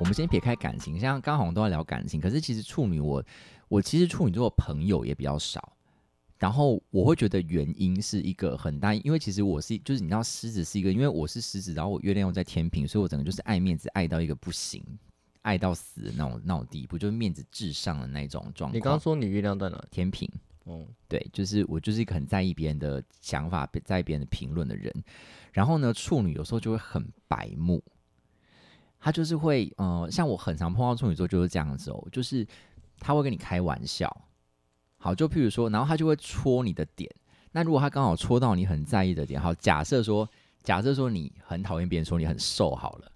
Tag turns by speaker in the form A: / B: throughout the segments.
A: 我们先撇开感情，像刚好我们都在聊感情，可是其实处女我我其实处女座的朋友也比较少。然后我会觉得原因是一个很大，因为其实我是就是你知道狮子是一个，因为我是狮子，然后我月亮又在天平，所以我整个就是爱面子爱到一个不行，爱到死的那种那种地步，就是面子至上的那种状况。
B: 你刚刚说你月亮在哪？
A: 天平，
B: 哦，
A: 对，就是我就是一个很在意别人的想法、在意别人的评论的人。然后呢，处女有时候就会很白目，他就是会呃，像我很常碰到处女座就是这样子哦，就是他会跟你开玩笑。好，就譬如说，然后他就会戳你的点。那如果他刚好戳到你很在意的点，好，假设说，假设说你很讨厌别人说你很瘦好了，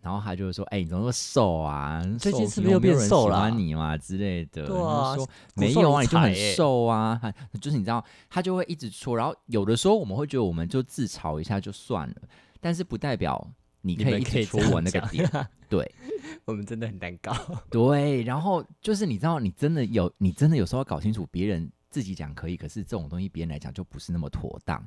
A: 然后他就会说，哎、你怎么那么瘦啊？
B: 最近
A: 瘦
B: 是不是
A: 有
B: 又
A: 没有
B: 变
A: 人
B: 瘦
A: 喜
B: 了啊
A: 欢你嘛之类的。然
B: 对
A: 后
B: 啊
A: 说
B: 骨
A: 没
B: 瘦
A: 有
B: 如
A: 啊，你就很
B: 柴欸
A: 瘦啊，他就是你知道，他就会一直戳，然后有的时候我们会觉得我们就自嘲一下就算了，但是不代表你
B: 你
A: 可
B: 们
A: 以一
B: 可以
A: 直
B: 这
A: 戳
B: 样
A: 我那个
B: 讲
A: 点，对，
B: 我们真的很难搞。
A: 对，然后就是你知道，你真的有，你真的有时候要搞清楚，别人自己讲可以，可是这种东西别人来讲就不是那么妥当。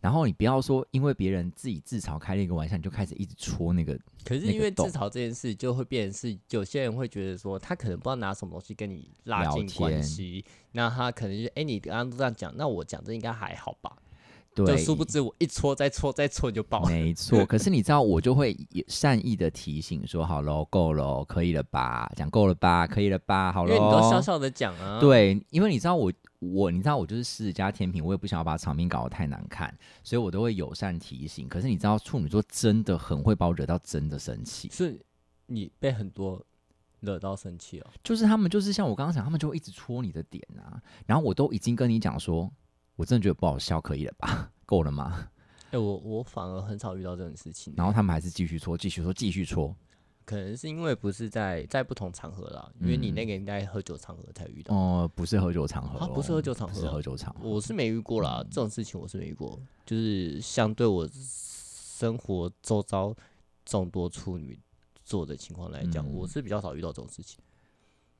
A: 然后你不要说，因为别人自己自嘲开了一个玩笑，你就开始一直戳那个。
B: 可是
A: 那
B: 因
A: 个
B: 为自
A: 洞
B: 嘲这件事，就会变成是有些人会觉得说，他可能不知道拿什么东西跟你拉
A: 聊
B: 近关
A: 天
B: 系，那他可能就是，哎、你刚刚都这样讲，那我讲这应该还好吧？就
A: 对，
B: 殊不知我一戳再戳再戳你就爆了。
A: 没错，可是你知道，我就会也善意的提醒说：“好喽，够喽，可以了吧？讲够了吧？可以了吧？好
B: 因
A: 喽。”
B: 为你都笑笑的讲啊，，
A: 对，因为你知道我我你知道我就是狮子加天平，我也不想要把场面搞得太难看，所以我都会友善提醒。可是你知道处女座真的很会把我惹到真的生气，
B: 是你被很多惹到生气哦。
A: 就是他们就是像我刚刚讲，他们就会一直戳你的点啊，然后我都已经跟你讲说，我真的觉得不好笑，可以了吧？ 够了吗？
B: 哎、我我反而很少遇到这种事情，
A: 然后他们还是继续戳，继续戳，继续戳。
B: 可能是因为不是在在不同场合啦，因为你
A: 嗯
B: 那个应该喝酒场合才遇到，
A: 哦、不是喝酒场合、
B: 啊不是喝酒场合
A: 不是
B: 哦
A: 喝酒场合。
B: 我是没遇过啦，这种事情我是没遇过，就是相对我生活周遭众多处女座的情况来讲，我
A: 嗯
B: 是比较少遇到这种事情。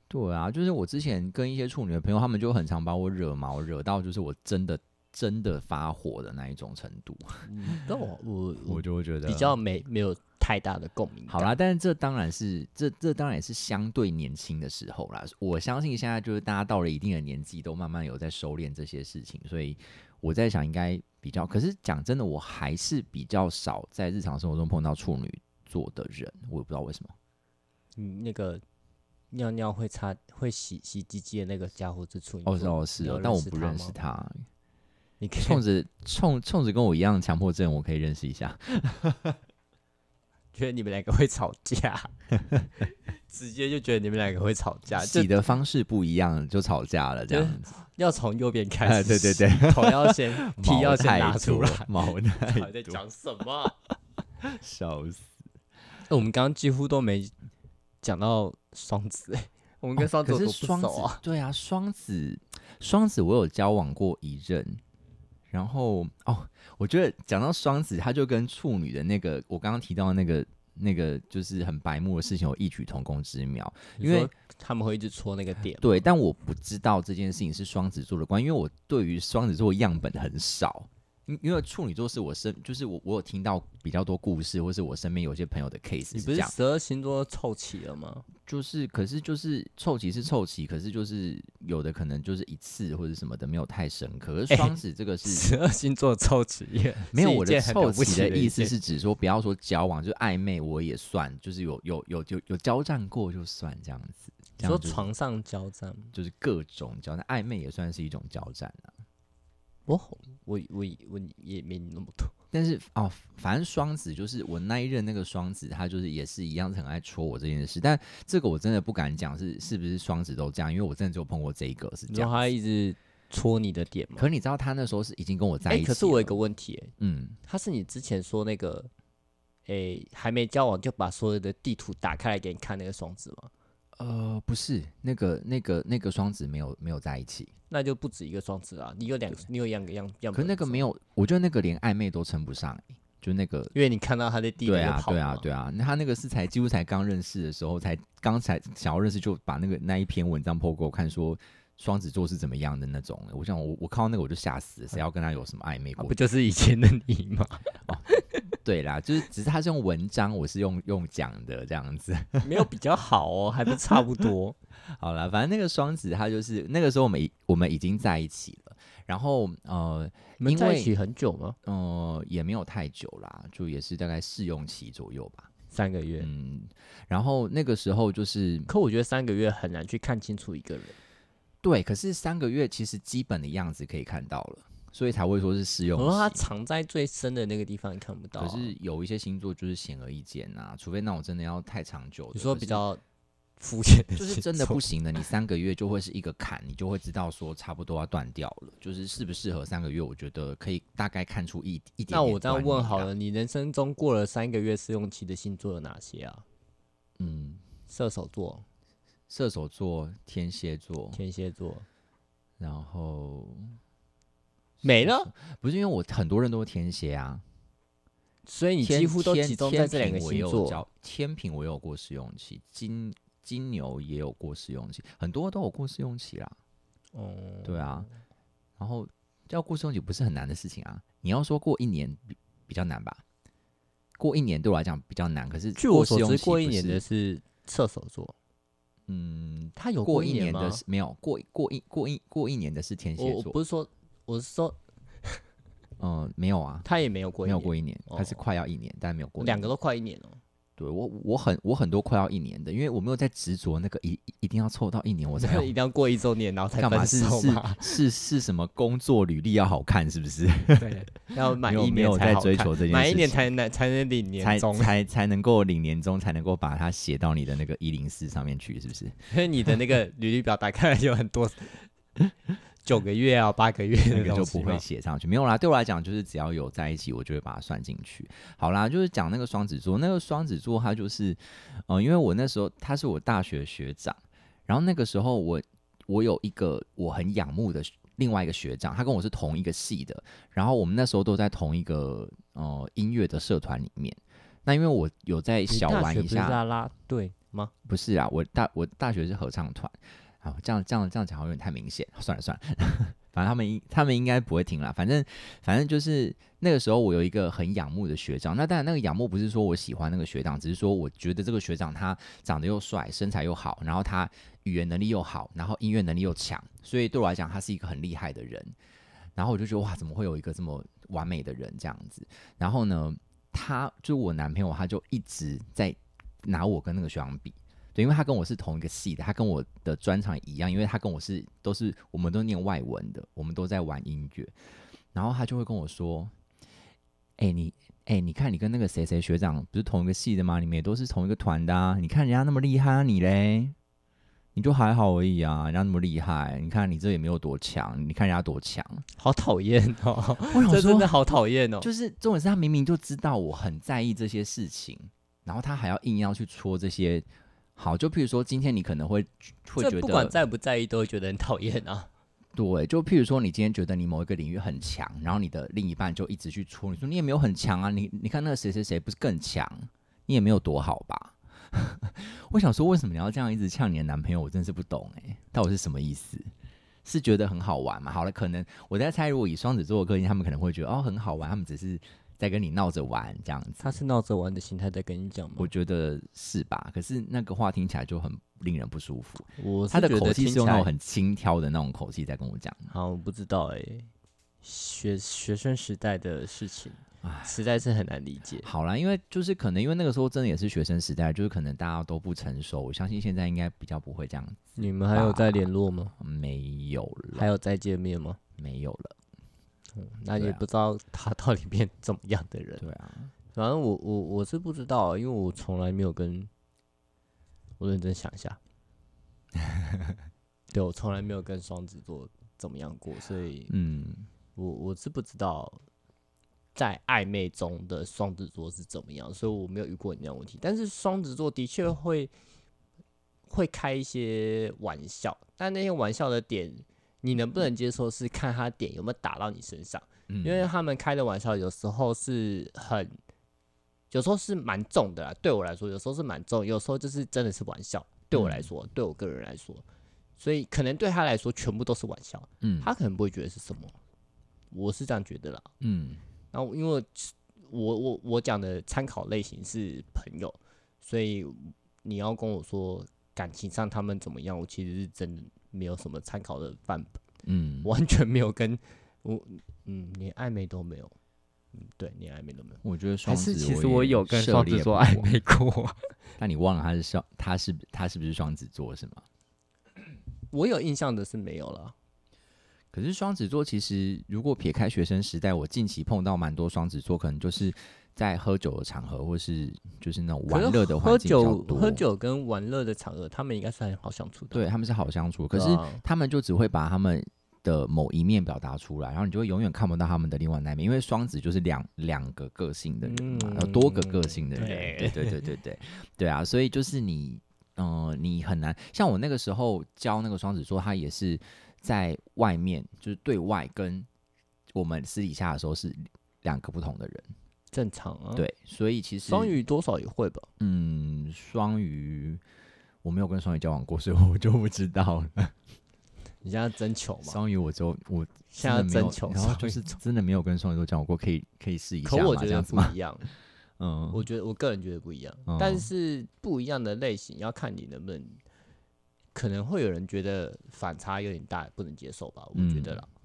A: 对啊，就是我之前跟一些处女的朋友，他们就很常把我惹毛，惹到就是我真的真的发火的那一种程度。
B: 但我我
A: 嗯我就会觉得啊
B: 比较没没有太大的共鸣。
A: 好啦。，但是这当然是这这当然也是相对年轻的时候啦。我相信现在就是大家到了一定的年纪，都慢慢有在收敛这些事情，所以我在想应该比较。可是讲真的，我还是比较少在日常生活中碰到处女座的人，我也不知道为什么。
B: 你嗯那个尿尿会擦会洗洗鸡鸡的那个家伙是处女
A: 哦是
B: 座，
A: 哦是
B: 你有
A: 哦，
B: 认
A: 但我
B: 识
A: 不
B: 他
A: 认识
B: 吗
A: 他。
B: 你 可
A: 冲
B: 以
A: 着冲冲着跟我一样强迫症，我可以认识 一下。
B: 觉得你们两个会吵 架，直接就觉得你们两个会吵架，就
A: 洗的方式不一样就吵架了，这
B: 啊就
A: 样子。
B: 要从右边开
A: 哎，
B: 始，
A: 对对，对，
B: 头要先
A: 毛
B: 皮要
A: 太
B: 先拿出
A: 多
B: 来。
A: 毛太
B: 到 底在
A: 多，
B: 讲什么？
A: 笑死。
B: 我们刚刚几乎都没讲到双 子、欸，我们跟双子
A: 可
B: 有
A: 是
B: 多
A: 双
B: 不
A: 子
B: 熟啊？
A: 对啊，双子双子我有交往过一任，然后哦，我觉得讲到双子，他就跟处女的那个我刚刚提到的那个那个就是很白目的事情有异曲同工之妙，因
B: 你
A: 为
B: 说他们会一直戳那个点，
A: 对，但我不知道这件事情是双子座的关，因为我对于双子座样本很少。因因为处女座是我身，就是我我有听到比较多故事，或是我身边有些朋友的 case
B: 你
A: 是
B: 不
A: 这
B: 是
A: 样，
B: 十二星座都凑齐了吗？
A: 就是可是就是凑齐是凑齐，可是就是有的可能就是一次或者什么的没有太深刻。可是
B: 哎
A: 双子这个是、
B: 十二星座凑齐 也
A: 没有
B: 是一
A: 我的
B: 件很
A: 凑
B: 了不
A: 齐
B: 起
A: 的
B: 的
A: 意思
B: 一件
A: 是指说不要说交往，就是暧昧我也算，就是有有有有有交战过就算这样子。这样
B: 你说
A: 就是
B: 床上交战吗，
A: 就是各种交战，暧昧也算是一种交战啊。
B: 我好我我我也没你那么多。
A: 但是哦，反正双子就是我那一任那个双子，他就是也是一样很爱戳我这件事，但这个我真的不敢讲是是不是双子都这样，因为我真的只有碰过这一个是
B: 你
A: 这
B: 说
A: 样。
B: 他一直戳你的点吗？
A: 可是你知道他那时候是已经跟我在一
B: 哎、
A: 起了、
B: 可是我有一个问题、欸，
A: 嗯，
B: 他是你之前说那个，哎、还没交往就把所有的地图打开来给你看那个双子吗？
A: 呃，不是那个那个那个双子没有没有在一起，
B: 那就不止一个双子啊，你有两个，你有两个样样本。
A: 可是那个没
B: 有，
A: 有，我觉得那个连暧昧都称不上、欸就那个
B: 因为你看到他在地里
A: 对
B: 就
A: 啊
B: 跑
A: 对
B: 了
A: 啊
B: 嘛
A: 对啊，那他那个是才几乎才刚认识的时候，才刚才想要认识就把那个那一篇文章 PO 给我看说。双子座是怎么样的那种？ 我想我我看到那个我就吓死了，谁要跟他有什么暧昧
B: 啊
A: 过
B: 不？就是以前的你吗？
A: 对啦，就是只是他是用文章，我是用用讲的这样子。
B: 没有比较好哦，还不差不多。
A: 好啦，反正那个双子他就是那个时候我们已我们已经在一起了，然后呃
B: 你们
A: 因
B: 在
A: 为
B: 一起很久吗？
A: 呃也没有太久啦，就也是大概试用期左右吧。
B: 三个月。
A: 嗯，然后那个时候就是
B: 可我觉得三个月很难去看清楚一个人。
A: 对，可是三个月其实基本的样子可以看到了，所以才会说是试用
B: 我哦说他
A: 期。
B: 藏在最深的那个地方，你看不到啊、
A: 可是有一些星座就是显而易见呐、除非那种真的要太长久的。
B: 你说
A: 可
B: 比
A: 是
B: 较肤浅的星座，
A: 就是真的不行的，你三个月就会是一个坎，你就会知道说差不多要断掉了。就是适不适合三个月，我觉得可以大概看出一一点点
B: 那我这样
A: 端倪啊
B: 问好
A: 啦
B: 了，，你人生中过了三个月试用期的星座有哪些啊？
A: 嗯，
B: 射手座、
A: 射手座、天蝎座，
B: 天蝎座，
A: 然后
B: 没了。
A: 不是因为我很多人都是天蝎啊，
B: 所以你
A: 天
B: 几乎都
A: 天
B: 集中
A: 天
B: 在这两
A: 平
B: 个
A: 我也
B: 星
A: 有
B: 座。
A: 交天平我也有过试用期，金金牛也有过试用期，很多都有过试用期啦。
B: 哦、
A: 对啊，然后要过试用期不是很难的事情啊。你要说过一年比比较难吧？过一年对我来讲比较难，可是
B: 据
A: 过
B: 我
A: 试
B: 所
A: 用
B: 知，
A: 期
B: 过一
A: 不
B: 年
A: 是
B: 的是射手座，
A: 嗯，
B: 他有
A: 过
B: 一
A: 年
B: 吗
A: 的是没有过过一过一过一年的是天
B: 我
A: 蝎
B: 我
A: 座，
B: 不是说，我是说
A: 嗯，没有啊，
B: 他也没有过一
A: 没有
B: 年，
A: 过一年，他是
B: 哦
A: 快要一年，但没有过一
B: 两
A: 年
B: 个都快一年了、
A: 对我我很我很多快要一年的，因为我没有在执着那个一一定要凑到一年我才要
B: 一定要过一周年，然后才
A: 干嘛
B: 分
A: 是
B: 手
A: 是
B: 嘛？
A: 是是什么工作履历要好看是不是？
B: 对， 要满
A: 没有
B: 一
A: 没
B: 年
A: 有
B: 才
A: 在
B: 好
A: 追
B: 看
A: 求这件
B: 满一
A: 事
B: 年
A: 情
B: 才能才能领
A: 才
B: 年终，
A: 才才能够领年终，才能够把它写到你的那个一零四上面去，是不是？
B: 因为你的那个履历表打开来有很多九个月啊、八个月
A: 那
B: 的
A: 个
B: 东
A: 就
B: 西
A: 不会
B: 嘛。
A: 写上去。没有啦，对我来讲，就是只要有在一起，我就会把它算进去。好啦，就是讲那个双子座，那个双子座他就是，呃，因为我那时候他是我大学学长，然后那个时候我我有一个我很仰慕的学另外一个学长，他跟我是同一个系的，然后我们那时候都在同一个呃音乐的社团里面。那因为我有在小玩一下，
B: 拉队吗？
A: 不是啊，我大我大学是合唱团，啊，这样这样这样讲好像有点太明显，算了算了， 反正他们应他们应该不会听啦，反正反正就是那个时候我有一个很仰慕的学长，那当然那个仰慕不是说我喜欢那个学长，只是说我觉得这个学长他长得又帅，身材又好，然后他语言能力又好，然后音乐能力又强，所以对我来讲他是一个很厉害的人，然后我就觉得哇，怎么会有一个这么完美的人这样子？然后呢，他就我男朋友他就一直在拿我跟那个学长比。对，因为他跟我是同一个系的，他跟我的专长一样，因为他跟我是都是我们都念外文的，我们都在玩音乐，然后他就会跟我说：“哎、你哎、你看你跟那个谁谁学长不是同一个系的吗？你们也都是同一个团的啊，你看人家那么厉害、啊，你嘞，你就还好而已啊，人家那么厉害，你看你这也没有多强，你看人家多强。”
B: 好讨厌哦！
A: 我想
B: 这真
A: 说
B: 的，好讨厌哦！
A: 就是重点是他明明就知道我很在意这些事情，然后他还要硬要去戳这些。好，就譬如说，今天你可能会会觉
B: 这
A: 得
B: 不管在不在意，都会觉得很讨厌啊。
A: 对，就譬如说，你今天觉得你某一个领域很强，然后你的另一半就一直去戳你说你也没有很强啊，你你看那个谁谁谁不是更强，你也没有多好吧？ 我想说，为什么你要这样一直呛你的男朋友？我真是不懂哎、到底是什么意思？是觉得很好玩嘛？好了，可能我在猜，如果以双子座的个性，他们可能会觉得哦很好玩，他们只是在跟你闹着玩这样子。
B: 他是闹着玩的心态在跟你讲吗
A: 我？觉得是吧？可是那个话听起来就很令人不舒服。
B: 我
A: 他的
B: 是觉
A: 口
B: 得
A: 气
B: 听
A: 是
B: 起
A: 用那
B: 来
A: 种很轻佻的那种口气在跟我讲。
B: 好，我不知道哎、学学生时代的事情
A: 唉，
B: 实在是很难理解。
A: 好啦，因为就是可能因为那个时候真的也是学生时代，就是可能大家都不成熟，我相信现在应该比较不会这样，
B: 你们还有在联络吗？
A: 没有了，
B: 还有再见面吗？
A: 没有了，
B: 那
A: 对
B: 也
A: 啊
B: 不知道他到底变怎么样的人。
A: 对啊，
B: 反正我我我是不知道，因为我从来没有跟，我认真想一下， 对我从来没有跟双子座怎么样过，所以
A: 嗯，
B: 我我是不知道在暧昧中的双子座是怎么样，所以我没有遇过你那样的问题。但是双子座的确会会开一些玩笑，但那些玩笑的点，你能不能接受是看他点有没有打到你身上。
A: 嗯
B: 因为他们开的玩笑有时候是很，有时候是蛮重的啦。对我来说，有时候是蛮重，有时候就是真的是玩笑。对我来
A: 嗯
B: 说，对我个人来说，所以可能对他来说全部都是玩笑，
A: 嗯
B: 他可能不会觉得是什么。我是这样觉得啦。
A: 嗯
B: 然后因为我我我我讲的参考类型是朋友，所以你要跟我说感情上他们怎么样，我其实是真的没有什么参考的范本，
A: 嗯，我
B: 完全没有跟我嗯连暧昧都没有，嗯，对，连暧昧都没有。
A: 我觉得双
C: 还
A: 子
C: 是其实
A: 我
C: 我
A: 也
C: 有跟
A: 涉
C: 双子
A: 猎
C: 座
A: 不
C: 暧
A: 广
C: 昧过，
A: 但你忘了他是双，他是他是不是双子座是吗？
B: 我有印象的是没有了，
A: 可是双子座其实，如果撇开学生时代，我近期碰到蛮多双子座，可能就是在喝酒的场合，或是就是那种
B: 可
A: 玩
B: 是
A: 乐的环
B: 喝
A: 境比较
B: 酒
A: 多。
B: 喝，酒跟玩乐的场合，他们应该是很好相处的。
A: 对他们是好相处，可
B: 对
A: 是
B: 啊
A: 他们就只会把他们的某一面表达出来，然后你就会永远看不到他们的另外那一面，因为双子就是两两个个性的人嘛，有、多个个性的人，对
B: 嗯对
A: 对对对对对啊，所以就是你，嗯、你很难像我那个时候教那个双子座，他也是在外面，就是对外跟我们私底下的时候是两个不同的人，
B: 正常啊。，
A: 对，所以其实
B: 双，鱼多少也会吧。
A: 嗯，双鱼。我没有跟双鱼交往过，所以我就不知道了。
B: 你现在征求嘛，
A: 双鱼，我就我
B: 现在
A: 真的没
B: 征
A: 有
B: 求
A: 然
B: 双
A: 后
B: 鱼
A: 就
B: 座，
A: 是真的没有跟双鱼座交往过，可以可以试一下
B: 可
A: 嘛，
B: 我觉
A: 这
B: 得
A: 样子
B: 不
A: 吗？
B: 一样，
A: 嗯，
B: 我觉得我个人觉得不一样，
A: 嗯
B: 但是不一样的类型要看你能不能，可能会有人觉得反差有点大，不能接受吧？我觉得啦，
A: 嗯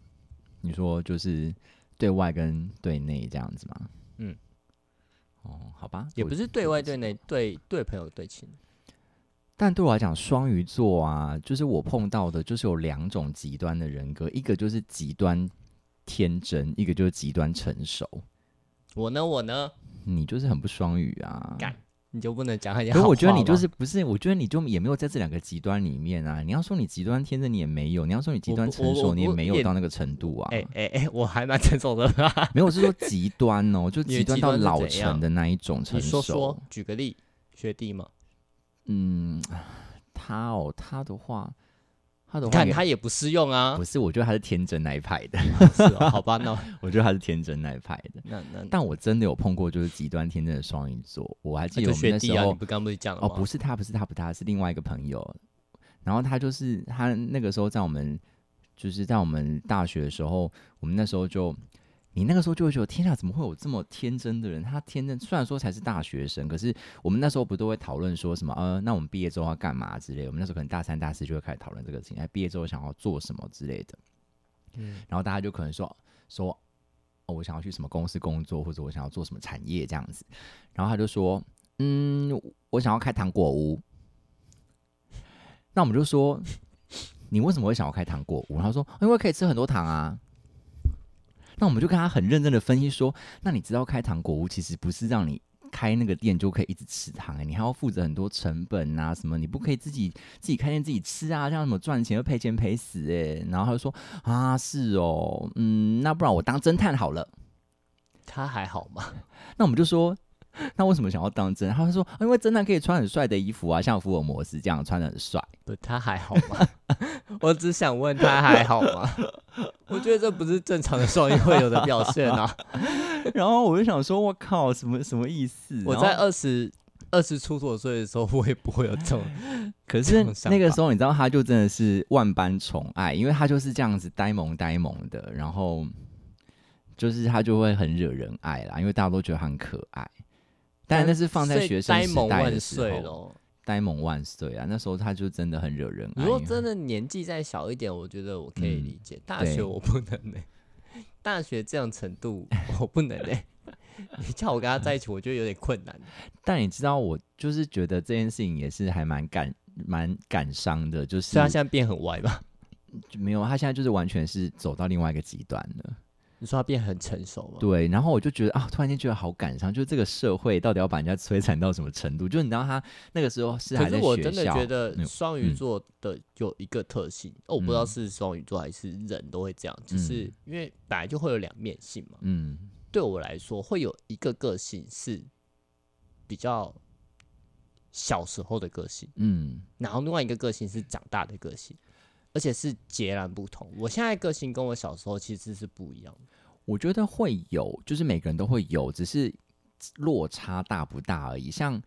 A: 你说就是对外跟对内这样子吗？
B: 嗯，
A: 哦，好吧，
B: 也
A: 我
B: 不是对外对内，对对朋友对亲，
A: 但对我来讲，双鱼座啊，就是我碰到的，就是有两种极端的人格，一个就是极端天真，一个就是极端成熟。
B: 我呢我呢，
A: 你就是很不双语啊，
B: 干你就不能讲人家
A: 可
B: 好
A: 是
B: 话
A: 我觉得你就
B: 吗
A: 是不是？我觉得你就也没有在这两个极端里面啊。你要说你极端天真，你也没有；你要说你极
B: 我
A: 端
B: 不
A: 成
B: 我
A: 熟，
B: 我
A: 你也
B: 我
A: 没有
B: 也
A: 到那个程度啊。
B: 哎哎哎，我还蛮成熟的吧？
A: 没有，我是说极端哦，就
B: 你
A: 极
B: 的
A: 端
B: 极
A: 到
B: 端是
A: 老
B: 怎
A: 成
B: 样
A: 的那一种成
B: 你
A: 熟。
B: 说说，举个例，学弟嘛，
A: 嗯，他哦，他的话，他的
B: 你
A: 话
B: 看
A: 也，
B: 他也不适用啊
A: 不，是，我觉得他是天真那一派的，
B: 是哦，好吧，那
A: 我觉得他是天真那一派的。
B: 那 那
A: 但我真的有碰过就是极端天真的双鱼座，我还
B: 那
A: 记得
B: 就
A: 我们
B: 学
A: 那时
B: 弟啊，
A: 候
B: 你不刚不是讲了
A: 哦，
B: 吗？
A: 不是他，不是他，不是他，是另外一个朋友。然后他就是他那个时候在我们，就是在我们大学的时候，我们那时候就，你那个时候就会觉得天啊，怎么会有这么天真的人？他天真，虽然说才是大学生，可是我们那时候不都会讨论说什么呃，那我们毕业之后要干嘛之类。我们那时候可能大三、大四就会开始讨论这个事情，哎，毕业之后想要做什么之类的。
B: 嗯
A: 然后大家就可能说说、哦，我想要去什么公司工作，或者我想要做什么产业这样子。然后他就说，嗯，我想要开糖果屋。那我们就说，你为什么会想要开糖果屋？他说，因为可以吃很多糖啊。那我们就跟他很认真的分析说，那你知道开糖果屋其实不是让你。开那个店就可以一直吃糖、欸，你还要负责很多成本啊，什么你不可以自己自己开店自己吃啊，这样怎么赚钱又赔钱赔死哎、然后他就说啊，是哦，嗯，那不然我当侦探好了。
B: 他还好吗？
A: 那我们就说，那为什么想要当侦探？他就说、啊因为侦探可以穿很帅的衣服啊，像福尔摩斯这样穿的很帅。
B: 不，他还好吗？ 我只想问他还好吗？ 我觉得这不是正常的双鱼会有的表现啊！
A: 然后我就想说，我靠，什么什么意思？
B: 我
A: 然后
B: 在二十二十出头岁的时候，我也不会有这种。
A: 可是
B: 种想
A: 那个
B: 法
A: 时候，你知道，他就真的是万般宠爱，因为他就是这样子呆萌呆萌的，然后就是他就会很惹人爱啦，因为大家都觉得他很可爱。但那是 放在
B: 所以
A: 学生
B: 呆
A: 时
B: 萌
A: 代的
B: 万
A: 时
B: 岁
A: 候，
B: 咯。
A: 呆萌万岁啊！那时候他就真的很惹人爱。
B: 你如果
A: 因为
B: 真的年纪再小一点，我觉得我可
A: 哎
B: 以
A: 嗯
B: 理解。大学
A: 对
B: 我不能呢、大学这样程度我不能呢、 你叫我跟他在一起，我觉得有点 困难。
A: 但你知道，我就是觉得这件事情也是还蛮感蛮感伤的，就是
B: 所以他现在变很歪吧？
A: 就没有他现在就是完全是走到另外一个极端了。
B: 你说他变很成熟吗？
A: 对，然后我就觉得啊，突然间觉得好感伤，就是这个社会到底要把人家摧残到什么程度？就是你知道他那个时候是还
B: 可
A: 在学
B: 是
A: 校，
B: 我真的觉
A: 没
B: 得
A: 有
B: 双鱼
A: 嗯
B: 座的有一个特性，哦，我不知道
A: 嗯
B: 是双鱼座还是人都会这样，就是
A: 嗯
B: 因为本来就会有两面性嘛。
A: 嗯
B: 对我来说，会有一个个性是比较小时候的个性，
A: 嗯
B: 然后另外一个个性是长大的个性，而且是截然不同。我现在个性跟我小时候其实是不一样的。
A: 我觉得会有，就是每个人都会有，只是落差大不大而已。像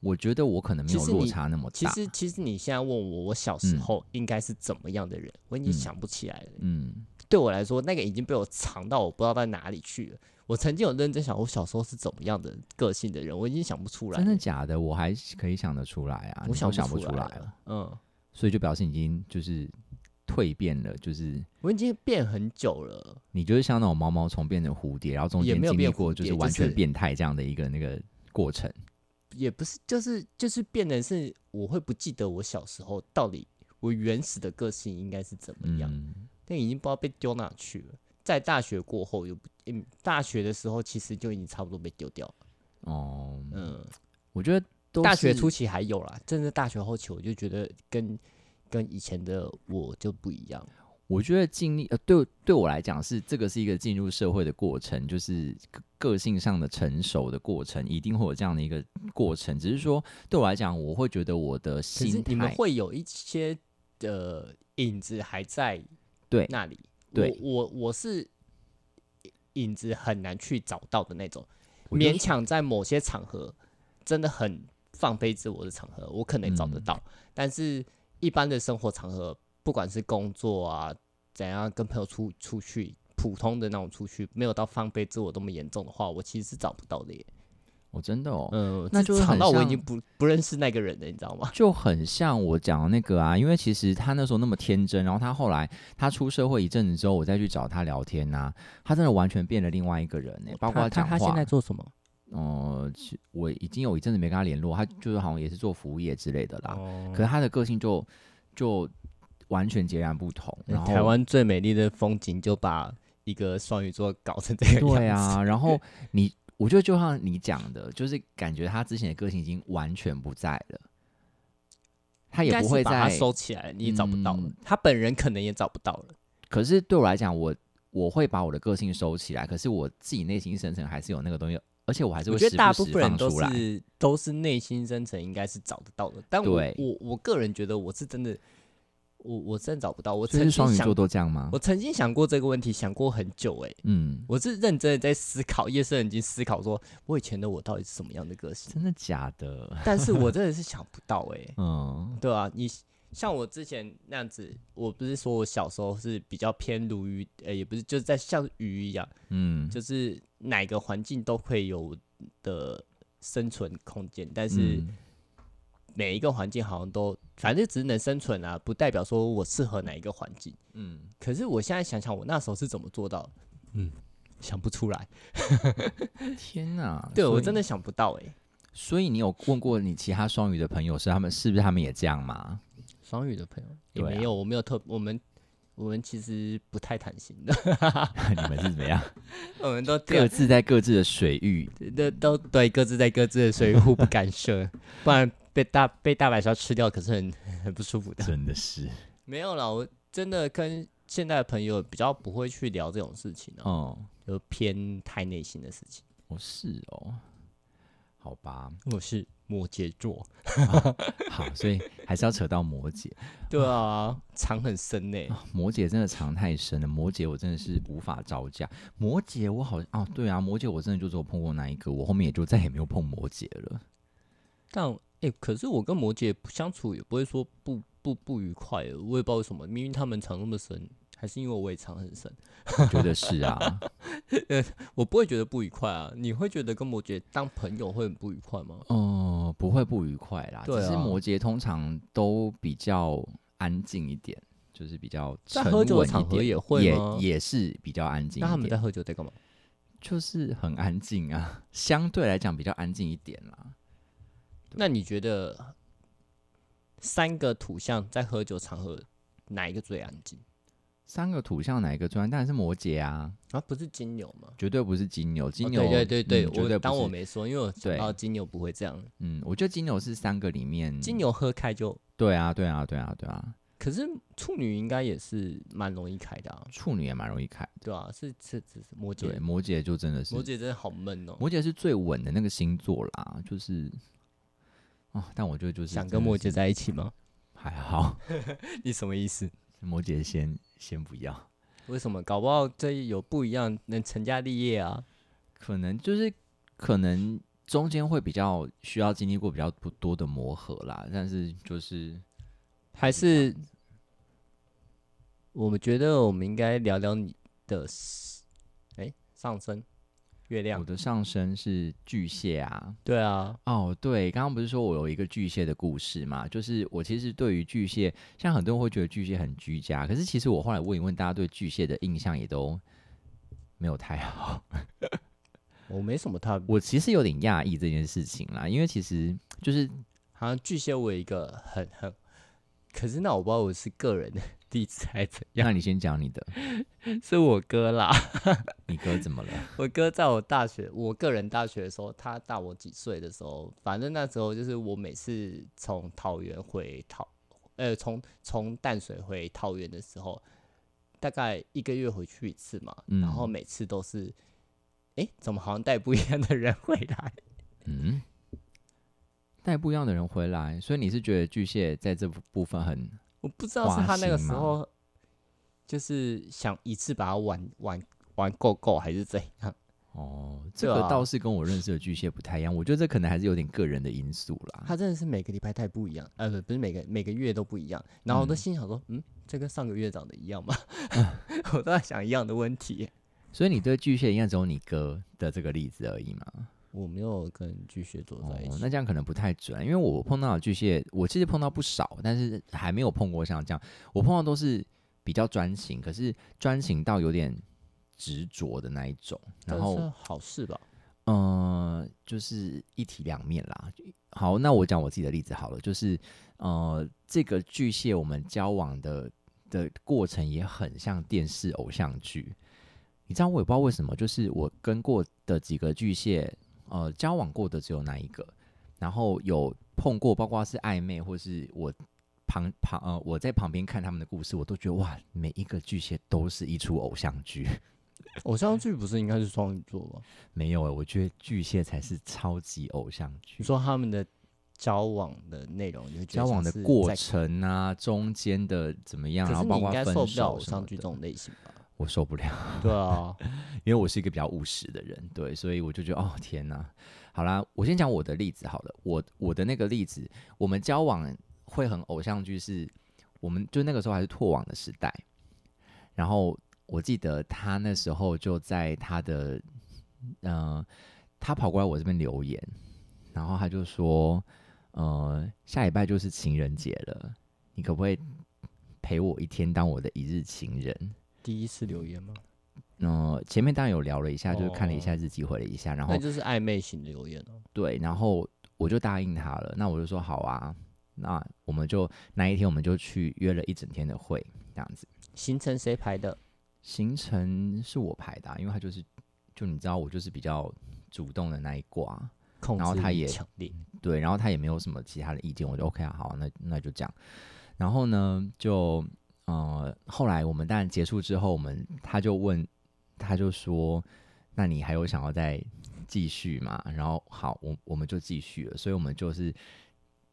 A: 我觉得我可能没
B: 其
A: 有
B: 实
A: 落
B: 你
A: 差那么大，
B: 其实，其实你现在问我，我小时
A: 啊嗯
B: 候应该是怎么样的人，我已经
A: 嗯
B: 想不起来了。
A: 嗯
B: 对我来说，那个已经被我藏到我不知道在哪里去了。我曾经有认真想，我小时候是怎么样的个性的人，我已经想不出来了，
A: 真的假的？我还可以想得出来啊，你都
B: 我想
A: 想
B: 不
A: 出
B: 来
A: 来
B: 了，嗯，
A: 所以就表示你已经就是蜕变了，就是
B: 我已经变很久了，
A: 你就是像那种毛毛虫变成蝴蝶，然后中
B: 也
A: 间
B: 没有
A: 经历
B: 变
A: 过
B: 蝴
A: 就是
B: 蝶
A: 完
B: 就
A: 全
B: 是
A: 变态这样的一个那个过程。
B: 也不是，就是就是变成是我会不记得我小时候到底我原始的个性应该是怎么样，
A: 嗯，
B: 但已经不知道被丢哪去了。在大学过后又不，嗯，大学的时候其实就已经差不多被丢掉了，
A: 哦，
B: 嗯，
A: 我觉得都
B: 大学
A: 是
B: 初期还有啦，真的大学后期我就觉得跟跟以前的我就不一样，
A: 我觉得经历呃，对对我来讲是这个是一个进入社会的过程，就是个个性上的成熟的过程，一定会有这样的一个过程。只是说对我来讲，我会觉得我的
B: 可是
A: 心
B: 你们
A: 态，
B: 会有一些的、呃影子还在
A: 对
B: 那里，
A: 对
B: 我我我是影子很难去找到的那种，
A: 我就
B: 勉强在某些场合真的很放飞自我的场合，我可能找得
A: 嗯
B: 到，但是一般的生活场合，不管是工作啊，怎样跟朋友出出去。普通的那种出去，没有到放飞自我这么严重的话，我其实是找不到的耶。
A: 我真的哦，
B: 嗯，
A: 那
B: 是
A: 就是
B: 吵
A: 很
B: 到我已
A: 像
B: 经不不认识那个人了，你知道吗？
A: 就很像我讲的那个啊，因为其实他那时候那么天真，然后他后来他出社会一阵子之后，我再去找他聊天呐、他真的完全变了另外一个人呢、包括
B: 哦他
A: 讲
B: 他
A: 话。
B: 现在做什么？
A: 哦、其我已经有一阵子没跟他联络，他就是好像也是做服务业之类的啦。
B: 哦
A: 可是他的个性就就完全截然不同。然后
B: 台湾最美丽的风景就把一个双鱼座搞成这个样子。
A: 对，啊，然 后你我觉得就像你讲的，就是感觉他之前的个性已经完全不在了，他也不会
B: 把它
A: 再。
B: 收起来，你也找不到了。
A: 嗯
B: 他本人可能也找不到了。
A: 可是对我来讲，我我会把我的个性收起来，可是我自己内心深层还是有那个东西，而且我还是
B: 我
A: 会
B: 觉
A: 时
B: 得大
A: 不
B: 部
A: 时
B: 分人
A: 放
B: 都
A: 出来。
B: 是都是内心深层应该是找得到的，但我
A: 对
B: 我我个人觉得我是真的，我我真的找不到。我
A: 所
B: 曾
A: 以是
B: 经
A: 双鱼
B: 想
A: 座，都这样吗
B: 我？曾经想过这个问题，想过很久、欸。
A: 嗯，
B: 我是认真的在思考，夜深人静思考说，我以前的我到底是什么样的个性？
A: 真的假的？
B: 但是我真的是想不到、欸，
A: 嗯，
B: 对啊，你像我之前那样子，我不是说我小时候是比较偏鲈鱼，呃、也不是，就是在像鱼一样，
A: 嗯，
B: 就是哪个环境都会有的生存空间，但是
A: 嗯
B: 每一个环境好像都，反正只能生存啊，不代表说我适合哪一个环境。
A: 嗯，
B: 可是我现在想想，我那时候是怎么做到的？嗯，想不出来，
A: 天哪！
B: 嗯对
A: 所
B: 我
A: 以
B: 真的想不到哎、
A: 所以你有问过你其他双鱼的朋友是他们是不是他们也这样吗？
B: 双语的朋友也
A: 对啊
B: 没有，我没有特，我们我们其实不太谈心的，
A: 你们是怎么样？
B: 我们都各
A: 各自在各自的水域，
B: 那都对，各自在各自的水域互不干 涉，不然被大被大白鲨吃掉可是很很不舒服的。
A: 真的 是，
B: 没有啦，我真的跟现在的朋友比较不会去聊这种事情哦、
A: 哦，
B: 就偏太内心的事情。
A: 哦是哦，好吧，
B: 我是摩羯座，
A: 好，所以还是要扯到摩羯，
B: 对啊， 藏很深呢、
A: 摩羯真的藏太深了，摩羯我真的是无法招架，摩羯我好哦，对啊，摩羯我真的就只有碰过那一个，我后面也就再也没有碰摩羯了，
B: 但哎、可是我跟摩羯相处也不会说不不不愉快，我也不知道为什么，明明他们藏那么深，还是因为我也藏很深，
A: 我觉得是啊，
B: 我不会觉得不愉快啊。你会觉得跟摩羯当朋友会很不愉快吗？
A: 哦、不会不愉快啦，
B: 对
A: 只是
B: 啊
A: 摩羯通常都比较安静一点，就是比较
B: 在
A: 沉
B: 喝
A: 稳
B: 酒的
A: 一
B: 场合
A: 点
B: 也会吗
A: 也也是比较安静一点。
B: 那他们在喝酒在干嘛？
A: 就是很安静啊，相对来讲比较安静一点啦。
B: 那你觉得三个土象在喝酒场合哪一个最安静？
A: 三个土象哪一个最安？当然是摩羯啊，
B: 啊，不是金牛吗？
A: 绝对不是金牛。金
B: 哦
A: 牛、
B: 对对对
A: 嗯
B: 对，
A: 绝对不
B: 我当
A: 是
B: 我没说，因为我想
A: 对
B: 到金牛不会这样，
A: 嗯，我觉得金牛是三个里面
B: 金。牛喝开就，
A: 对啊，对啊，对啊，对啊，
B: 可是处女应该也是蛮容易开的啊，
A: 处女也蛮容易开。
B: 对啊，是是是是摩
A: 对，
B: 羯，
A: 摩羯就真的是
B: 摩羯真的好闷哦，
A: 摩羯是最稳的那个星座啦，就是哦，但我觉得就是
B: 想
A: 真
B: 跟
A: 的
B: 摩
A: 是
B: 羯在一起吗？
A: 还好，
B: 你什么意思？
A: 摩羯先先不要，
B: 为什么？搞不好这有不一样，能成家立业啊？
A: 可能就是可能中间会比较需要经历过比较不多的磨合啦，但是就是
B: 还是我们觉得我们应该聊聊你的 s- 哎、上升，月
A: 我
B: 亮，
A: 的上升是巨蟹啊。
B: 对啊，
A: 哦，对，刚刚不是说我有一个巨蟹的故事嘛？就是我其实对于巨蟹，像很多人会觉得巨蟹很居家，可是其实我后来问一问，大家对巨蟹的印象也都没有太好。
B: 我没什么特别。
A: 我其实有点讶异这件事情啦，因为其实 就是
B: 好像巨蟹我有一个很很，可是那我不知道我是个人的 例子还是怎
A: 那你先讲你的，
B: 样，是我哥啦。
A: 你哥怎么了？
B: 我哥在我大学，我个人大学的时候，他大我几岁的时候，反正那时候就是我每次从桃园回桃，呃，从从淡水回桃园的时候，大概一个月回去一次嘛，
A: 嗯
B: 然后每次都是，诶，怎么好像带不一样的人回来？
A: 嗯，带不一样的人回来，所以你是觉得巨蟹在这部分很
B: 我不知道是
A: 花
B: 他那个
A: 心
B: 时
A: 吗
B: 候就是想一次把它玩玩玩够够，还是怎 样？
A: 哦，这
B: 对
A: 个
B: 啊
A: 倒是跟我认识的巨蟹不太一样，我觉得这可能还是有点个人的因素啦。
B: 他真的是每个礼拜带不一样，呃，不不是每个每个月都不一样。然后我都
A: 嗯
B: 心想说，嗯，这跟上个月长得一 样吗？我都在想一样的问题。
A: 所以你对巨蟹应该只有你哥的这个例子而已嘛？
B: 我没有跟巨蟹座
A: 哦
B: 在一，起，
A: 那这样可能不太准，啊因为我碰到的巨蟹，我其实碰到不少，但是还没有碰过像这样，我碰到都是比较专情，可是专情到有点执着的那一种，
B: 但
A: 然后
B: 是好事 吧？
A: 呃，就是一体两面啦。好，那我讲我自己的例子好了，就是呃，这个巨蟹我们交往的的过程也很像电视偶像剧。你知道我也不知道为什么，就是我跟过的几个巨蟹，呃，交往过的只有那一个，然后有碰过，包括是暧昧或是我旁旁呃我在旁边看他们的故事，我都觉得哇，每一个巨蟹都是一出偶像剧。
B: 偶像剧不是应该是双鱼座吗？
A: 没有哎、我觉得巨蟹才是超级偶像剧
B: 你。说他们的交往的啊内容，你会觉
A: 交
B: 得
A: 往
B: 像
A: 的
B: 是
A: 过
B: 在，
A: 程啊，中间的怎么样，
B: 可
A: 然
B: 是
A: 后
B: 你
A: 包
B: 应
A: 括
B: 该
A: 分
B: 受不了
A: 手
B: 偶
A: 什
B: 像
A: 么
B: 剧
A: 的，
B: 这种类型吧？
A: 我受不了，
B: 对啊，
A: 因为我是一个比较务实的人，对，所以我就觉得哦天哪，好啦，我先讲我的例子好了，我我的那个例子，我们交往会很偶像剧是，我们就那个时候还是拓网的时代，然后我记得他那时候就在他的，呃，他跑过来我这边留言，然后他就说，呃，下礼拜就是情人节了，你可不可以陪我一天当我的一日情人？
B: 第一次留言吗？
A: 嗯、前面当然有聊了一下，就是看了一下
B: 哦
A: 日记，回了一下，然后
B: 那就是暧昧型的留言哦。
A: 对，然后我就答应他了。那我就说好啊，那我们就那一天我们就去约了一整天的会，这样子。
B: 行程谁排的？
A: 行程是我排的啊、因为他就是就你知道我就是比较主动的那一挂，
B: 控
A: 然后
B: 制
A: 他
B: 欲
A: 也嗯
B: 强烈，那
A: 对，然后他也没有什么其他的意见，我就 OK 啊，好啊，那那就这样。然后呢，就呃，后来我们当然结束之后，我们他就问，他就说，那你还有想要再继续吗？然后好，我我们就继续了，所以我们就是。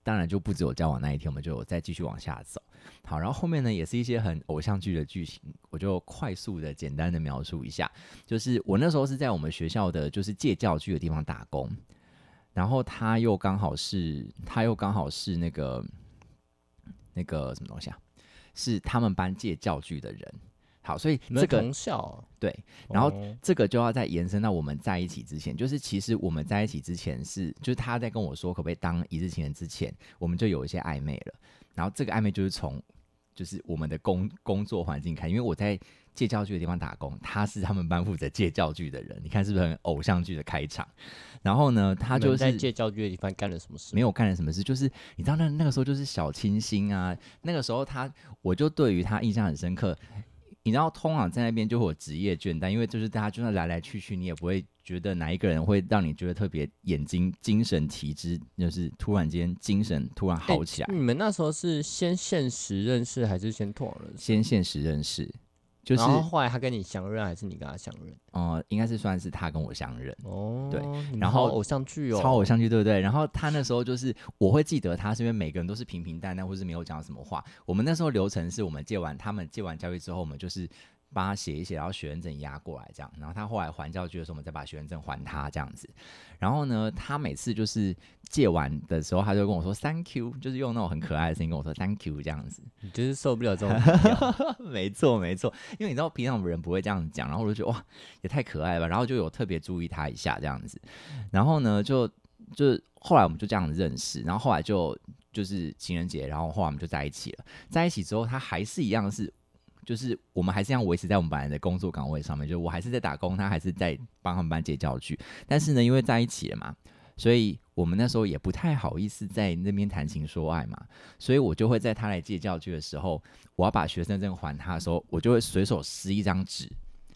A: 当然就不只有交往那一天，我们就有再继续往下走。好，然后后面呢也是一些很偶像剧的剧情，我就快速的、简单的描述一下。就是我那时候是在我们学校的就是借教具的地方打工，然后他又刚好是，他又刚好是那个那个什么东西啊，是他们班借教具的人。好，所以
B: 你们
A: 这个
B: 同校哦、
A: 对，然后
B: 哦
A: 这个就要再延伸到我们在一起之前，就是其实我们在一起之前是，就是他在跟我说可不可以当一日情人之前，我们就有一些暧昧了。然后这个暧昧就是从就是我们的工工作环境看，因为我在借教具的地方打工，他是他们班负责借教具的人，你看是不是很偶像剧的开场？然后呢，他
B: 你
A: 就
B: 们
A: 是
B: 在借教具的地方干了什么事？
A: 没有干了什么事，就是你知道那那个时候就是小清新啊，那个时候他我就对于他印象很深刻。你知道，通常在那边就会有职业倦怠，因为就是大家就算来来去去，你也不会觉得哪一个人会让你觉得特别眼睛精神提之，就是突然间精神突然
B: 哎
A: 好起来。
B: 你们那时候是先现实认识还是先拓网认识？
A: 先现实认识，就是
B: 然后后来他跟你相认还是你跟他相认？
A: 呃，应该是算是他跟我相认。
B: 哦，
A: 对
B: 你们
A: 然
B: 好
A: 后
B: 偶像剧哦，
A: 超偶像剧，对不对？然后他那时候就是，我会记得他是因为每个人都是平平淡淡，或是没有讲什么话。我们那时候流程是我们借完他们借完交易之后，我们就是帮他写一写，然后学生证压过来这样，然后他后来还教具的时候，我们再把学生证还他这样子。然后呢，他每次就是借完的时候，他就跟我说 “thank you”，就是用那种很可爱的声音跟我说 “thank you” 这样子。
B: 你就是受不了这种比 较
A: 没错，没错，因为你知道平常我们人不会这样讲，然后我就觉得哇，也太可爱了吧，然后就有特别注意他一下这样子，然后呢，就就是后来我们就这样认识，然后后来就就是情人节，然后后来我们就在一起了，在一起之后，他还是一样是。就是我们还是一样维持在我们本来的工作岗位上面，就是我还是在打工，他还是在帮他们班接教具。但是呢，因为在一起了嘛，所以我们那时候也不太好意思在那边谈情说爱嘛，所以我就会在他来借教具的时候，我要把学生证还他的时候，我就会随手撕一张纸。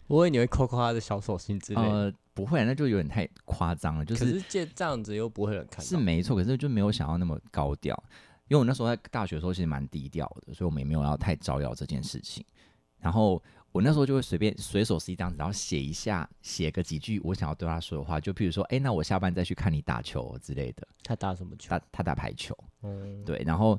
B: 我以为你会抠抠他的小手心之类的，
A: 呃，不会，那就有点太夸张了，就
B: 可
A: 是
B: 是这这样子又不会有人看到。
A: 是没错，可是就没有想要那么高调，因为我那时候在大学的时候其实蛮低调的，所以我们也没有要太招摇这件事情。然后我那时候就会随便随手撕一张纸，然后写一下，写个几句我想要对他说的话，就譬如说，哎，那我下班再去看你打球之类的，
B: 他打什么球？
A: 他他打排球。
B: 嗯，
A: 对，然后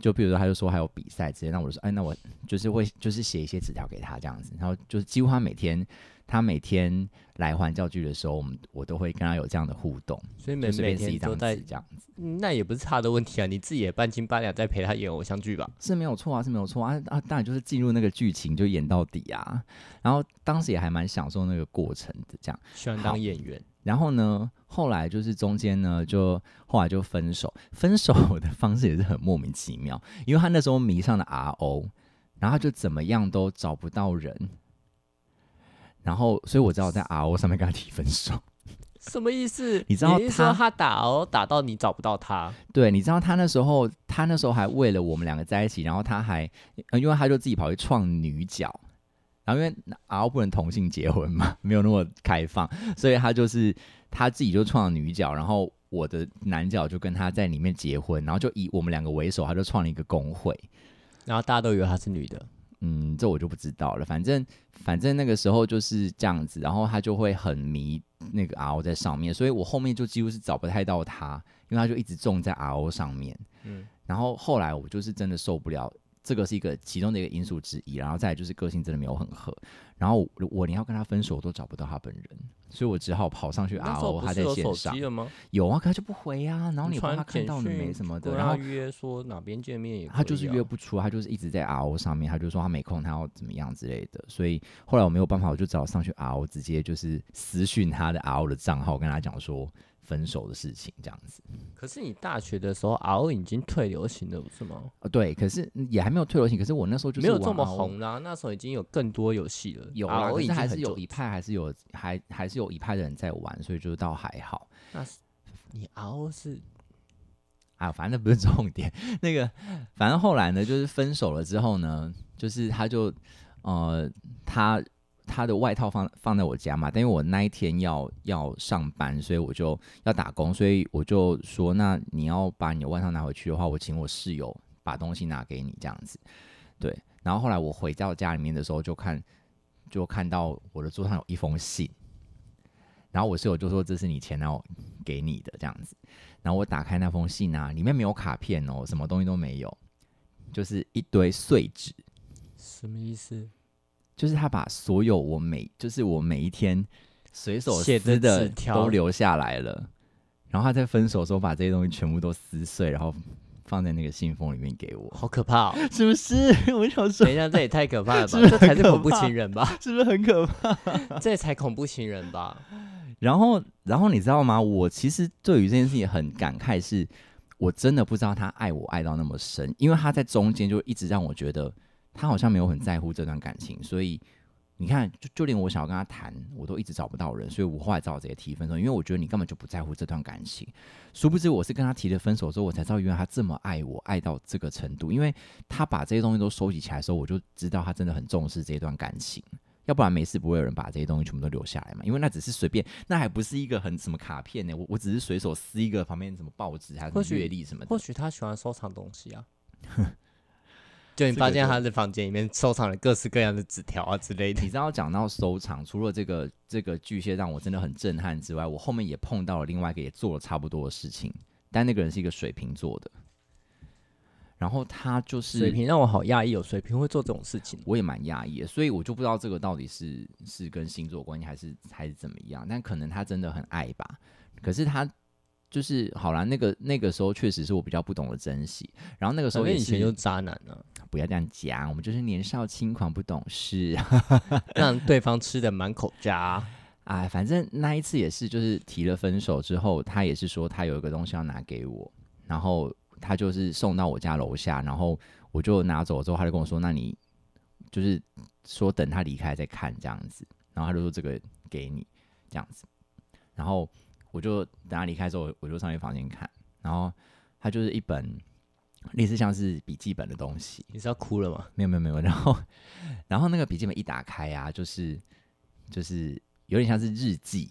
A: 就比如说他就说还有比赛之类，那我就说，哎，那我就是会就是写一些纸条给他这样子，然后就是几乎他每天他每天来还教具的时候，我们我都会跟他有这样的互动，
B: 所以每
A: 就随
B: 每
A: 便撕
B: 天
A: 一
B: 都
A: 张
B: 在
A: 纸，这样子
B: 嗯那也不是他的问题啊，你自己也半斤八两在陪他演偶像剧吧？
A: 是没有错啊，是没有错啊啊，当然就是进入那个剧情就演到底啊，然后当时也还蛮享受那个过程的这样。
B: 喜欢
A: 好
B: 当演员，
A: 然后呢，后来就是中间呢，就后来就分手。分手 的方式也是很莫名其妙，因为他那时候迷上了 RO，然后他就怎么样都找不到人，然后所以我只好在 RO 上面跟他提分手。
B: 什么意思？
A: 你知道
B: 是说
A: 他
B: 他打哦，打到你找不到他，
A: 对，你知道他那时候，他那时候还为了我们两个在一起，然后他还，呃因为他就自己跑去创女角，然后因为 R 不能同性结婚嘛， 没有那么开放，所以他就是他自己就创了女角，然后我的男角就跟他在里面结婚，然后就以我们两个为首，他就创了一个工会。
B: 然后大家都以为他是女的，
A: 嗯，这我就不知道了。反正反正那个时候就是这样子，然后他就会很迷那个 RO 在上面，所以我后面就几乎是找不太到他，因为他就一直种在 RO 上面。
B: 嗯，
A: 然后后来我就是真的受不了，这个是一个其中的一个因素之一。然后再来就是个性真的没有很合，然后我我连要跟他分手我都找不到他本人，所以我只好跑上去
B: 那时候
A: RO
B: 不
A: 他
B: 是
A: 啊在
B: 有手
A: 线上
B: 机了吗？
A: 有啊，可他就不回啊，然后你也不知道
B: 传
A: 他看
B: 简
A: 到了没
B: 讯
A: 什么的，
B: 跟
A: 然后
B: 他约说哪边见面也可以啊、
A: 他就是约不出，他就是一直在 RO 上面，他就说他没空，他要怎么样之类的。所以后来我没有办法，我就只好上去 RO，直接就是私讯他的 RO 的账号，跟他讲说分手的事情这样子。
B: 可是你大学的时候，RO 已经退流行了，不是吗？
A: 呃，对，可是也还没有退流行，可是我那时候就是
B: 没有
A: 玩
B: 这么
A: RO
B: 红啦、那时候已经有更多游戏了，
A: 有啦，
B: RO
A: 可
B: 已
A: 是
B: 经
A: 还
B: 很
A: 是有
B: 久
A: 一派还是有还还是有一派的人在玩，所以就倒还好
B: 那是你 RO 是
A: 啊。反正那不是重点，那个反正后来呢，就是分手了之后呢，就是他就呃他他的外套放放在我家嘛，但因为我那一天要要上班，所以我就要打工，所以我就说，那你要把你的外套拿回去的话，我请我室友把东西拿给你这样子。对，然后后来我回到家里面的时候，就看就看到我的桌上有一封信，然后我室友就说这是你前男友给你的这样子，然后我打开那封信啊，里面没有卡片哦，什么东西都没有，就是一堆碎纸，
B: 什么意思？
A: 就是他把所有我每就是我每一天随手
B: 写的
A: 撕的
B: 纸条
A: 都留下来了，然后他在分手的时候把这些东西全部都撕碎，然后放在那个信封里面给我，
B: 好可怕、哦！
A: 是不是？我想说
B: 等一下，这也太可怕 了吧？
A: 是不是
B: 这才
A: 很
B: 是
A: 可
B: 恐怖
A: 怕
B: 情人 吧？
A: 是不是很可怕？
B: 这才恐怖情人吧？
A: 然后，然后你知道吗？我其实对于这件事情很感慨是，我真的不知道他爱我爱到那么深，因为他在中间就一直让我觉得他好像没有很在乎这段感情，所以你看，就就连我想要跟他谈，我都一直找不到人，所以我后来只好直接提分手，因为我觉得你根本就不在乎这段感情。殊不知我是跟他提了分手之后，我才知道原来他这么爱我，爱到这个程度，因为他把这些东西都收集起来的时候，我就知道他真的很重视这段感情。要不然没事不会有人把这些东西全部都留下来嘛，因为那只是随便，那还不是一个很什么卡片呢、我我只是随手撕一个旁边什么报纸还是什
B: 或
A: 么
B: 许
A: 阅历什么的。
B: 或许他喜欢收藏东西啊。 就你
A: 这
B: 发
A: 个
B: 现
A: 就
B: 他的房间里面收藏了各式各样的纸条啊之类的
A: 你，知道讲到收藏，除了这个这个巨蟹让我真的很震撼之外，我后面也碰到了另外一个也做了差不多的事情，但那个人是一个水瓶座的。然后他就是
B: 水瓶让我好讶异，有哦水瓶会做这种事情。哦
A: 我也蛮压抑的，所以我就不知道这个到底是是跟星座关系还是还是怎么样，但可能他真的很爱吧。可是他就是好啦，那个那个时候确实是我比较不懂得珍惜，然后那个时
B: 首
A: 候
B: 先
A: 也
B: 以前
A: 是
B: 就是渣男啊呢、
A: 不要这样讲，我们就是年少轻狂不懂事
B: 让对方吃的满口渣。
A: 啊。反正那一次也是，就是提了分手之后，他也是说他有一个东西要拿给我，然后他就是送到我家楼下，然后我就拿走之后，他就跟我说：“那你就是说等他离开再看这样子。”然后他就说：“这个给你这样子。”然后我就等他离开之后，我就上去房间看，然后他就是一本类似像是笔记本的东西，
B: 你是要哭了吗？
A: 没有没有没有， 然后然后那个笔记本一打开啊，就是就是有点像是日记，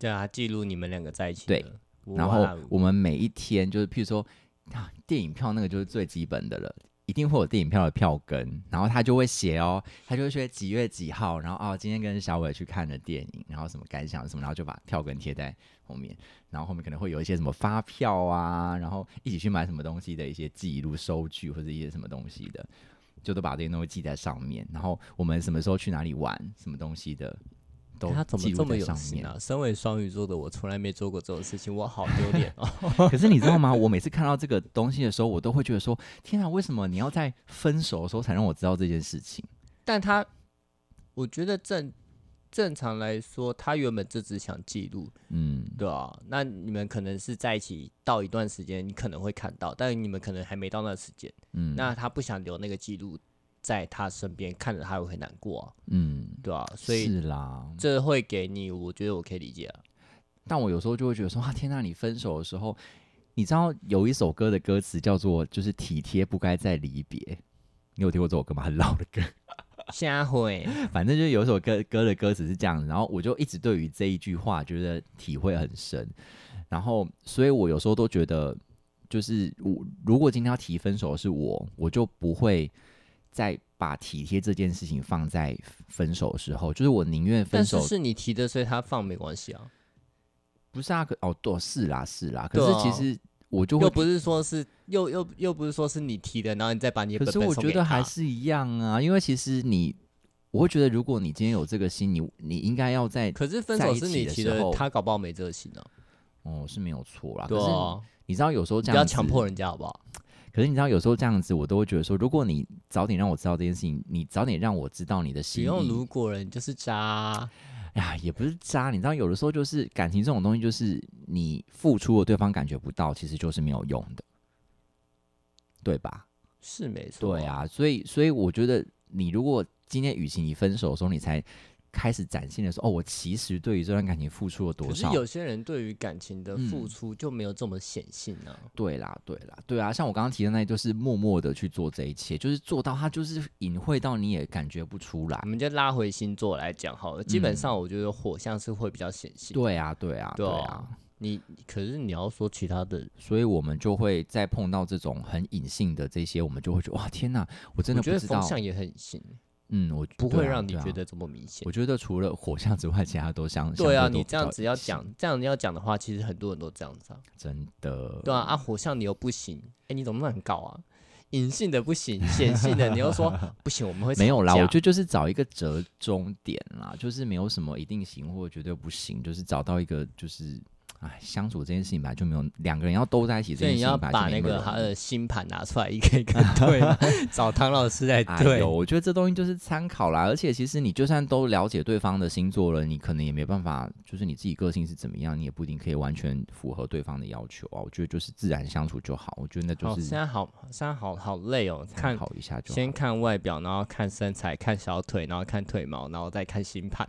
B: 对啊，记录你们两个在一起
A: 对
B: 的。
A: 然
B: 哇哦
A: 后我们每一天就是譬如说、啊、电影票那个就是最基本的了。一定会有电影票的票根，然后他就会写哦，他就会写几月几号，然后哦，今天跟小伟去看了电影，然后什么感想什么，然后就把票根贴在后面，然后后面可能会有一些什么发票啊，然后一起去买什么东西的一些记录、收据或者一些什么东西的，就都把这些东西记在上面。然后我们什么时候去哪里玩，什么东西的，都
B: 哎他怎么
A: 记
B: 这
A: 录
B: 么
A: 在
B: 有
A: 上
B: 心
A: 面。
B: 啊？身为双鱼座的我，从来没做过这种事情，我好丢脸哦。
A: 可是你知道吗？我每次看到这个东西的时候，我都会觉得说：天啊，为什么你要在分手的时候才让我知道这件事情？
B: 但他，我觉得正正常来说，他原本就只想记录，
A: 嗯，
B: 对啊。那你们可能是在一起到一段时间，你可能会看到，但你们可能还没到那时间。
A: 嗯
B: 那他不想留那个记录在他身边，看着他会很难过啊，
A: 嗯，
B: 对啊。所以
A: 是啦。
B: 这会给你，我觉得我可以理解啊。
A: 但我有时候就会觉得说：啊，天啊，你分手的时候，你知道有一首歌的歌词叫做“就是体贴不该再离别”，你有听过这首歌吗？很老的歌。
B: 下 回
A: 反正就是有一首歌歌的歌词是这样子，然后我就一直对于这一句话觉得体会很深，然后所以我有时候都觉得，就是我如果今天要提分手的是我，我就不会再把体贴这件事情放在分手的时候，就是我宁愿分
B: 但是
A: 手，
B: 是你提的，所以他放没关系啊，
A: 不是啊，可哦，对，是啦是啦，可
B: 对
A: 是
B: 啊
A: 其实我就会
B: 又。不是说是又又又不是说是你提的，然后你再把你的
A: 可
B: 本
A: 是
B: 本
A: 我
B: 送
A: 觉
B: 给
A: 得
B: 他
A: 还是一样啊，因为其实你，我会觉得如果你今天有这个心，你你应该要在
B: 可是分
A: 在
B: 手
A: 一
B: 是
A: 起
B: 你
A: 的
B: 提
A: 时
B: 的
A: 候，
B: 他搞不好没这个心呢、啊
A: 哦是没有错啦。
B: 对
A: 可是
B: 啊，
A: 你知道有时候这样
B: 不要
A: 子
B: 强迫人家好不好？
A: 可是你知道有时候这样子，我都会觉得说，如果你早点让我知道这件事情，你早点让我知道你的
B: 不
A: 心
B: 用
A: 意
B: 如，果人就是渣，
A: 哎呀，也不是渣。你知道有的时候就是感情这种东西，就是你付出了，对方感觉不到，其实就是没有用的，对吧？
B: 是没错。
A: 对，啊，所以所以我觉得你如果今天与其你分手的时候，你才开始展现的时候，哦，我其实对于这段感情付出了多
B: 可是
A: 少，
B: 有些人对于感情的
A: 嗯
B: 付出就没有这么显性呢、啊。
A: 对啦，对啦，对啊，像我刚刚提的那，就是默默的去做这一切，就是做到他就是隐晦到你也感觉不出来
B: 我。们就拉回星座来讲好了，基本
A: 嗯
B: 上我觉得火象是会比较显性。
A: 对啊，对啊，
B: 对
A: 对
B: 啊
A: 啊，
B: 你可是你要说其他的，
A: 所以我们就会在碰到这种很隐性的这些，我们就会觉得哇，天哪，我真的
B: 我
A: 不
B: 觉得
A: 知道
B: 风。象也很行，
A: 嗯，我
B: 不
A: 对
B: 会
A: 啊
B: 让你
A: 对啊
B: 觉得这么明显
A: 我。觉得除了火象之外，其他都相
B: 对啊，
A: 相都
B: 你
A: 比
B: 这样
A: 较
B: 子要
A: 隐性
B: 讲，这样要讲的话，其实很多人都这样子啊。
A: 真的
B: 对啊，啊火象你又不行，哎，你怎么乱搞啊？隐性的不行，显性的你 又说不行，我们会
A: 没有啦，我觉
B: 就
A: 得就是找一个折中点啦，就是没有什么一定行或绝对不行，就是找到一个就是，哎，相处这件事情吧，就没有两个人要都在一起这
B: 所以
A: 件
B: 你
A: 事
B: 要
A: 情吧，
B: 把
A: 就没
B: 那
A: 么
B: 个
A: 容
B: 他
A: 易
B: 的星盘拿出来一个一 个对啊，找唐老师来
A: 哎
B: 对
A: 呦，。我觉得这东西就是参考啦。而且其实你就算都了解对方的星座了，你可能也没办法，就是你自己个性是怎么样，你也不一定可以完全符合对方的要求啊。我觉得就是自然相处就好。我觉得那
B: 好，
A: 就
B: 哦现
A: 是
B: 在好，现在好好累哦。
A: 参
B: 看，
A: 考一下就好。
B: 先看外表，然后看身材，看小腿，然后看腿毛，然后再看星 盘。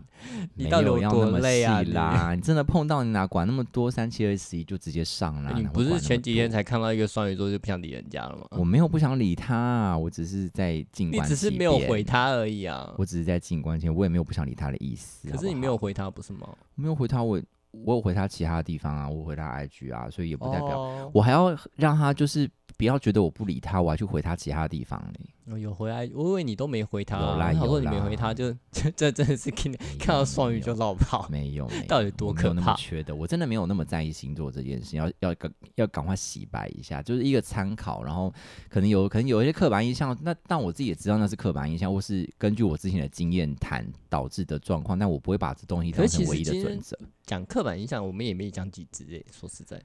B: 你
A: 没
B: 到底
A: 有
B: 有
A: 要
B: 多
A: 那么
B: 累啊
A: 细
B: 你
A: 啦，你真的碰到你哪管那么多，三七二十一就直接上啦。
B: 哎你
A: 哪会
B: 不是
A: 管那
B: 前
A: 么
B: 几天
A: 多？
B: 才看到一个双鱼座就不想理人家了吗？
A: 我没有不想理他啊，我只是在静
B: 你
A: 观
B: 只是
A: 其
B: 没有
A: 变
B: 回，他而已啊。
A: 我只是在静观前，我也没有不想理他的意思。
B: 可
A: 好
B: 是
A: 不
B: 你没
A: 好
B: 有回他不是吗？
A: 我没有回他，我我有回他其他地方啊，我有回他 IG 啊，所以也不代表
B: 哦
A: 我还要让他就是不要觉得我不理他，我还去回他其他地方嘞。
B: 哦有回来，我以为你都没回他、
A: 有
B: 啊，
A: 啦
B: 我想说
A: 有
B: 你没回
A: 啦
B: 他就，这这真的是看看到双鱼就绕跑。
A: 哦没有，没有
B: 到底多
A: 我没
B: 可
A: 有那
B: 怕
A: 么缺的，我真的没有那么在意星座这件事，要要赶要赶快洗白一下，就是一个参考，然后可能有可能有一些刻板印象，那但我自己也知道那是刻板印象，或是根据我之前的经验谈导致的状况，但我不会把这东西
B: 可
A: 当
B: 是
A: 成
B: 其
A: 唯一
B: 实
A: 的
B: 今
A: 准
B: 天
A: 则。
B: 讲刻板印象，我们也没讲几只诶、说实在，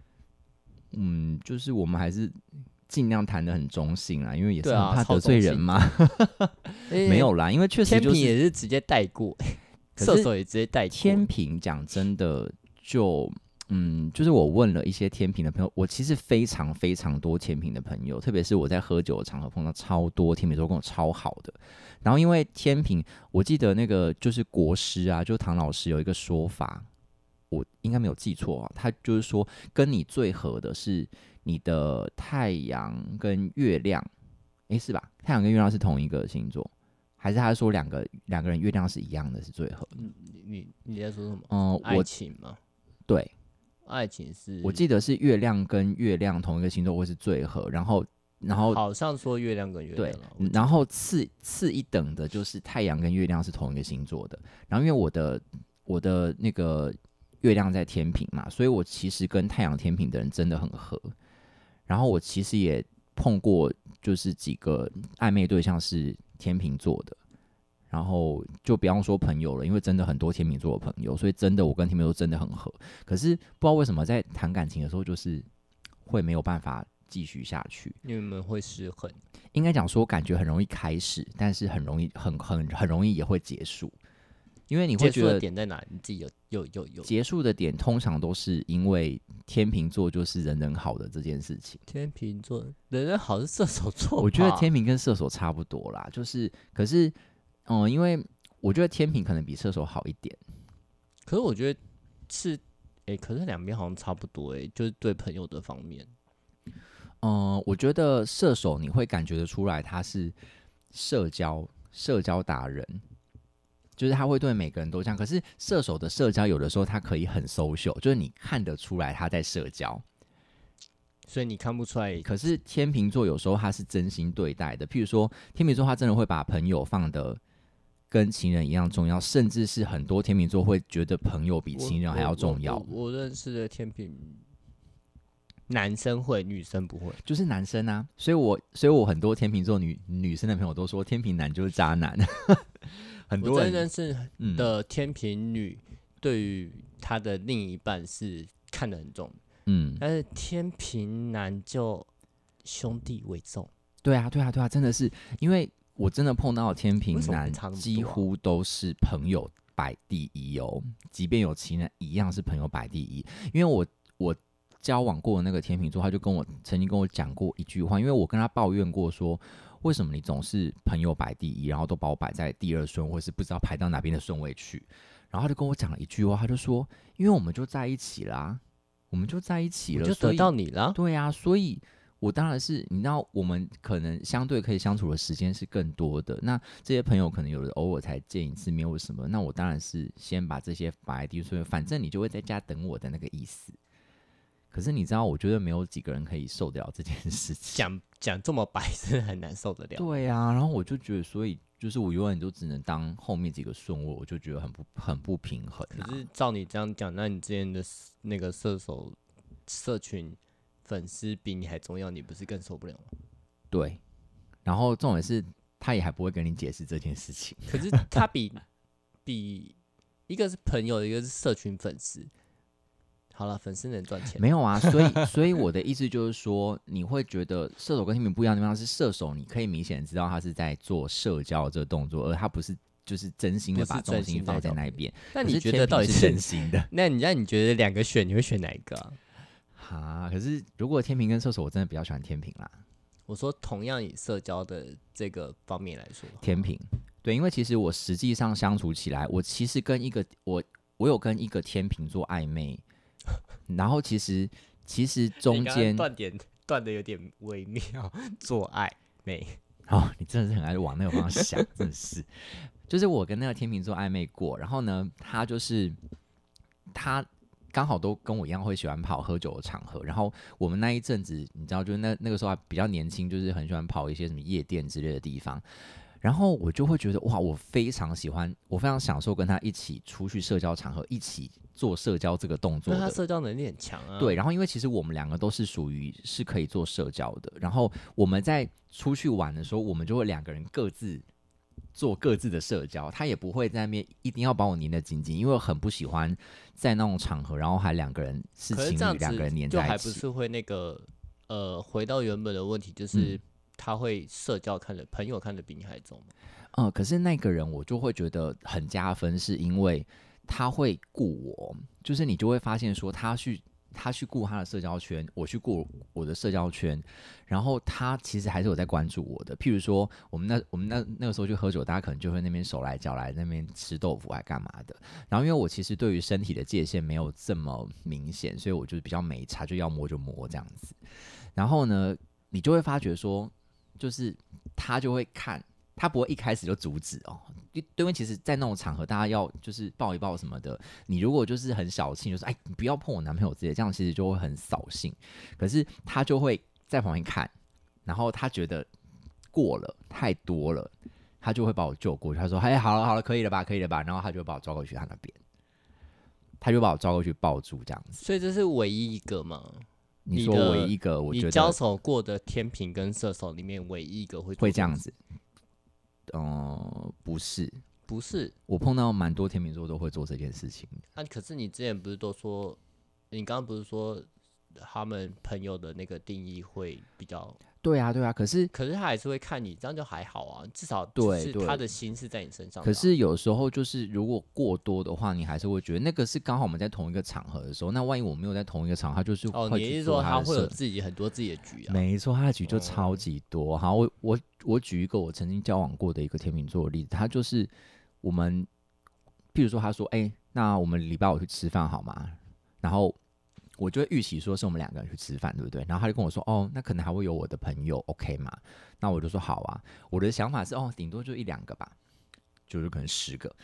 A: 嗯，就是我们还是尽量谈的很中性啦，因为也是
B: 对
A: 很
B: 啊
A: 怕
B: 超
A: 得罪
B: 中
A: 人
B: 性
A: 嘛。 没
B: 没
A: 有啦，因为确实
B: 天
A: 就
B: 平
A: 是
B: 也是直接带 过，
A: 可
B: 射
A: 是
B: 手也直接带过。
A: 天平讲真的就。嗯，就是我问了一些天平的朋友，我其实非常非常多天平的朋友，特别是我在喝酒的场合碰到超多天平都跟我超好的。然后因为天平，我记得那个就是国师啊，就唐老师有一个说法，我应该没有记错啊，他就是说跟你最合的是你的太阳跟月亮，诶，是吧？太阳跟月亮是同一个星座，还是他说两个两个人月亮是一样的，是最合的？
B: 你你你在说什么？
A: 嗯，
B: 爱
A: 我
B: 情吗？
A: 对
B: 爱情是，
A: 我记得是月亮跟月亮同一个星座会是最合，然后然后
B: 好像说月亮跟月亮
A: 对
B: 啊，
A: 嗯然后次次一等的就是太阳跟月亮是同一个星座的，然后因为我的我的那个月亮在天平嘛，所以我其实跟太阳天平的人真的很合，然后我其实也碰过就是几个暧昧对象是天平座的。然后就不要说朋友了，因为真的很多天秤座的朋友，所以真的我跟天秤座真的很合。可是不知道为什么在谈感情的时候，就是会没有办法继续下去。
B: 你们会失衡。
A: 应该讲说，感觉很容易开始，但是很容易很很很容易也会结束，因为你会
B: 结
A: 觉
B: 束的
A: 得
B: 点在哪？你自己有有有有。
A: 结束的点通常都是因为天秤座就是人人好的这件事情。
B: 天秤座，人人好是射手座吧，
A: 我觉得天秤跟射手差不多啦，就是可是嗯、因为我觉得天秤可能比射手好一点，
B: 可是我觉得是，哎、可是两边好像差不多、哎，就是对朋友的方面，
A: 嗯、我觉得射手你会感觉得出来他是社交社交达人。就是他会对每个人都这样，可是射手的社交有的时候他可以很 social，就是你看得出来他在社交，
B: 所以你看不出来。
A: 可是天秤座有时候他是真心对待的，譬如说天秤座他真的会把朋友放的跟情人一样重要，甚至是很多天秤座会觉得朋友比
B: 我
A: 情人还
B: 我
A: 要
B: 我
A: 重
B: 我
A: 要，
B: 我认识的天秤，男生会，女生不会。
A: 就是男生啊，所以我所以我很多天秤座女女生的朋友都说天秤男就是渣男， 很
B: 我
A: 多
B: 真
A: 人
B: 认识
A: 嗯
B: 的天秤女，对于她的另一半是看得很重，
A: 嗯，
B: 但是天秤男就兄弟为重。
A: 对啊对啊对啊，真的是因为我真的碰到的天秤
B: 为什么
A: 男
B: 会差那么多啊
A: 几乎都是朋友摆第一哦，即便有情人一样是朋友摆第一，因为我我交往过的那个天秤座，他就跟我曾经跟我讲过一句话，因为我跟他抱怨过说，为什么你总是朋友摆第一，然后都把我摆在第二顺，或是不知道排到哪边的顺位去，然后他就跟我讲了一句话，他就说，因为我们就在一起啦，我们就在一起
B: 我
A: 了，
B: 就
A: 所
B: 得
A: 以
B: 到你了，
A: 对呀、所以我当然是，你知道，我们可能相对可以相处的时间是更多的。那这些朋友可能有的偶尔才见一次，没有什么。那我当然是先把这些摆在第一顺位，反正你就会在家等我的那个意思。可是你知道，我觉得没有几个人可以受得了这件事情。
B: 讲讲这么白真的很难受得了。
A: 对呀、然后我就觉得，所以就是我永远都只能当后面几个顺位，我就觉得很不很不平衡、啊。
B: 可是照你这样讲，那你之前的 s- 那个射手社群粉丝比你还重要，你不是更受不了 吗？
A: 对，然后重点是，他也还不会跟你解释这件事情。
B: 可是他比比一个是朋友，一个是社群粉丝。好了，粉丝能赚钱，
A: 没有啊，所以 所以我的意思就是说，你会觉得射手跟天秤不一样的地方是，射手你可以明显知道他是在做社交这个动作，而他不是就是真心的
B: 不是
A: 把重
B: 真
A: 心
B: 心在
A: 放在
B: 找
A: 那边。
B: 那
A: 可
B: 你
A: 是
B: 觉
A: 天
B: 得
A: 秤
B: 到底
A: 是
B: 是
A: 真？心的
B: 那你让你觉得两个选，你会选哪一个啊？
A: 啊？可是如果天平跟射手，我真的比较喜欢天平啦，
B: 我说，同样以社交的这个方面来说，
A: 天平。对，因为其实我实际上相处起来，我其实跟一个我我有跟一个天平做暧昧，然后其实其实中
B: 你刚刚
A: 间
B: 断点断的有点微妙，做爱没？
A: 哦，你真的是很爱往那个方向想，真的是。就是我跟那个天秤座暧昧过，然后呢，他就是他刚好都跟我一样会喜欢跑喝酒的场合，然后我们那一阵子，你知道，就是那那个时候还比较年轻，就是很喜欢跑一些什么夜店之类的地方。然后我就会觉得哇，我非常喜欢，我非常享受跟他一起出去社交场合，一起 做社交这个动作
B: 那他
A: 的。
B: 社交能力很强啊。
A: 对，，然后因为其实我们两个都是属于是可以做社交的，然后我们在出去玩的时候，我们就会两个人各自做各自的社交，他也不会在那边一定要把我粘得紧紧，因为我很不喜欢在那种场合，然后还两个人是
B: 可是
A: 情
B: 这样
A: 侣
B: 子
A: 两个人粘
B: 就
A: 在
B: 还
A: 一
B: 不
A: 起，
B: 是会那个呃，回到原本的问题，就是
A: 嗯
B: 他会社交看的朋友看的比你还重吗？
A: 嗯、可是那个人我就会觉得很加分，是因为他会顾我，就是你就会发现说他去。他去顾他的社交圈，我去顾我的社交圈，然后他其实还是有在关注我的。譬如说，我们那我们那那个时候去喝酒，大家可能就会那边手来脚来，那边吃豆腐还啊干嘛的。然后因为我其实对于身体的界限没有这么明显，所以我就比较没差，就要摸就摸这样子。然后呢，你就会发觉说，就是他就会看。他不会一开始就阻止哦，因为因为其实，在那种场合，大家要就是抱一抱什么的。你如果就是很小气，就是哎，你不要碰我男朋友之类的，这样其实就会很扫兴。可是他就会在旁边看，然后他觉得过了太多了，他就会把我救过去。他说：“哎，好了好了，可以了吧，可以了吧。”然后他就把我抓过去他那边，他就把我抓过去抱住这样子。
B: 所以这是唯一一个嘛？
A: 你
B: 你
A: 说
B: 的
A: 我一个，我觉
B: 你
A: 得
B: 交手过的天平跟射手里面唯一一个会做
A: 会这样
B: 事，
A: 子。嗯，不是，
B: 不是？
A: 我碰到蛮多天秤座都会做这件事情。
B: 啊，可是你之前不是都说，你刚刚不是说他们朋友的那个定义会比较，
A: 对啊，对啊。可是，
B: 可是他还是会看你，这样就还好啊，至少
A: 对
B: 就是
A: 对
B: 他的心是在你身上的啊。
A: 可是有时候就是如果过多的话，你还是会觉得那个是刚好我们在同一个场合的时候。那万一我没有在同一个场合，他就是
B: 哦，
A: 会
B: 你
A: 去
B: 是
A: 做
B: 说
A: 他
B: 他
A: 的
B: 会有
A: 社
B: 自己很多自己的局啊？
A: 没错，他的局就
B: 哦
A: 超级多。好，我我我举一个我曾经交往过的一个天秤座的例子，他就是我们，譬如说他说，哎、那我们礼拜五去吃饭好吗？然后我就会预期说是我们两个人去吃饭，对不对？然后他就跟我说，哦，那可能还会有我的朋友，OK 吗？那我就说好啊。我的想法是，哦，顶多就一两个吧，就是可能十个。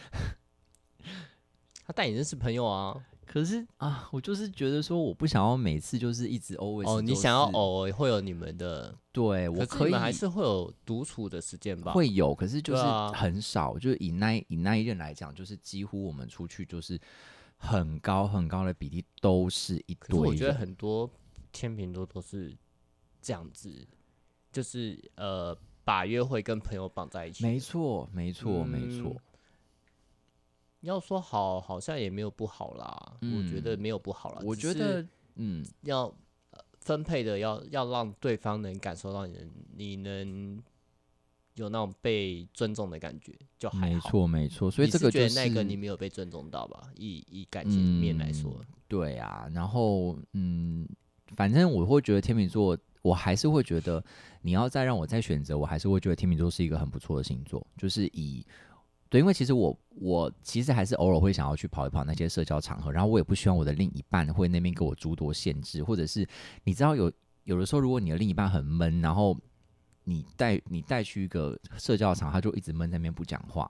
B: 他带你认识朋友啊？
A: 可是啊，我就是觉得说，我不想要每次就是一直 always
B: 哦，你
A: 都
B: 想要
A: 是，
B: 偶尔会有你们的，
A: 对我
B: 可是你
A: 以
B: 们还是会有独处的时间吧？
A: 会有，可是就是
B: 对啊
A: 很少，就是以那一以那一任来讲，就是几乎我们出去就是很高很高的比例都是一
B: 可是
A: 堆
B: 我觉得
A: 人，
B: 很多天秤座都是这样子，就是呃，把约会跟朋友绑在一起。
A: 没错，没错，没错
B: 嗯，要说好，好像也没有不好啦，我觉得没有不好啦。
A: 嗯我
B: 只
A: 觉
B: 是
A: 得嗯，
B: 要、呃分配的要要让对方能感受到你能你能有那种被尊重的感觉，就还好。
A: 没错，没错，所以
B: 你
A: 这
B: 是
A: 个
B: 觉
A: 就
B: 得那个你
A: 是
B: 没有被尊重到吧？以以感情面来说，
A: 对啊，然后嗯，反正我会觉得天秤座。我还是会觉得，你要再让我再选择，我还是会觉得天秤座是一个很不错的星座，就是以对，因为其实我我其实还是偶尔会想要去跑一跑那些社交场合，然后我也不希望我的另一半会那边给我诸多限制，或者是你知道有有的时候，如果你的另一半很闷，然后你带你带去一个社交场，他就一直闷在那边不讲话，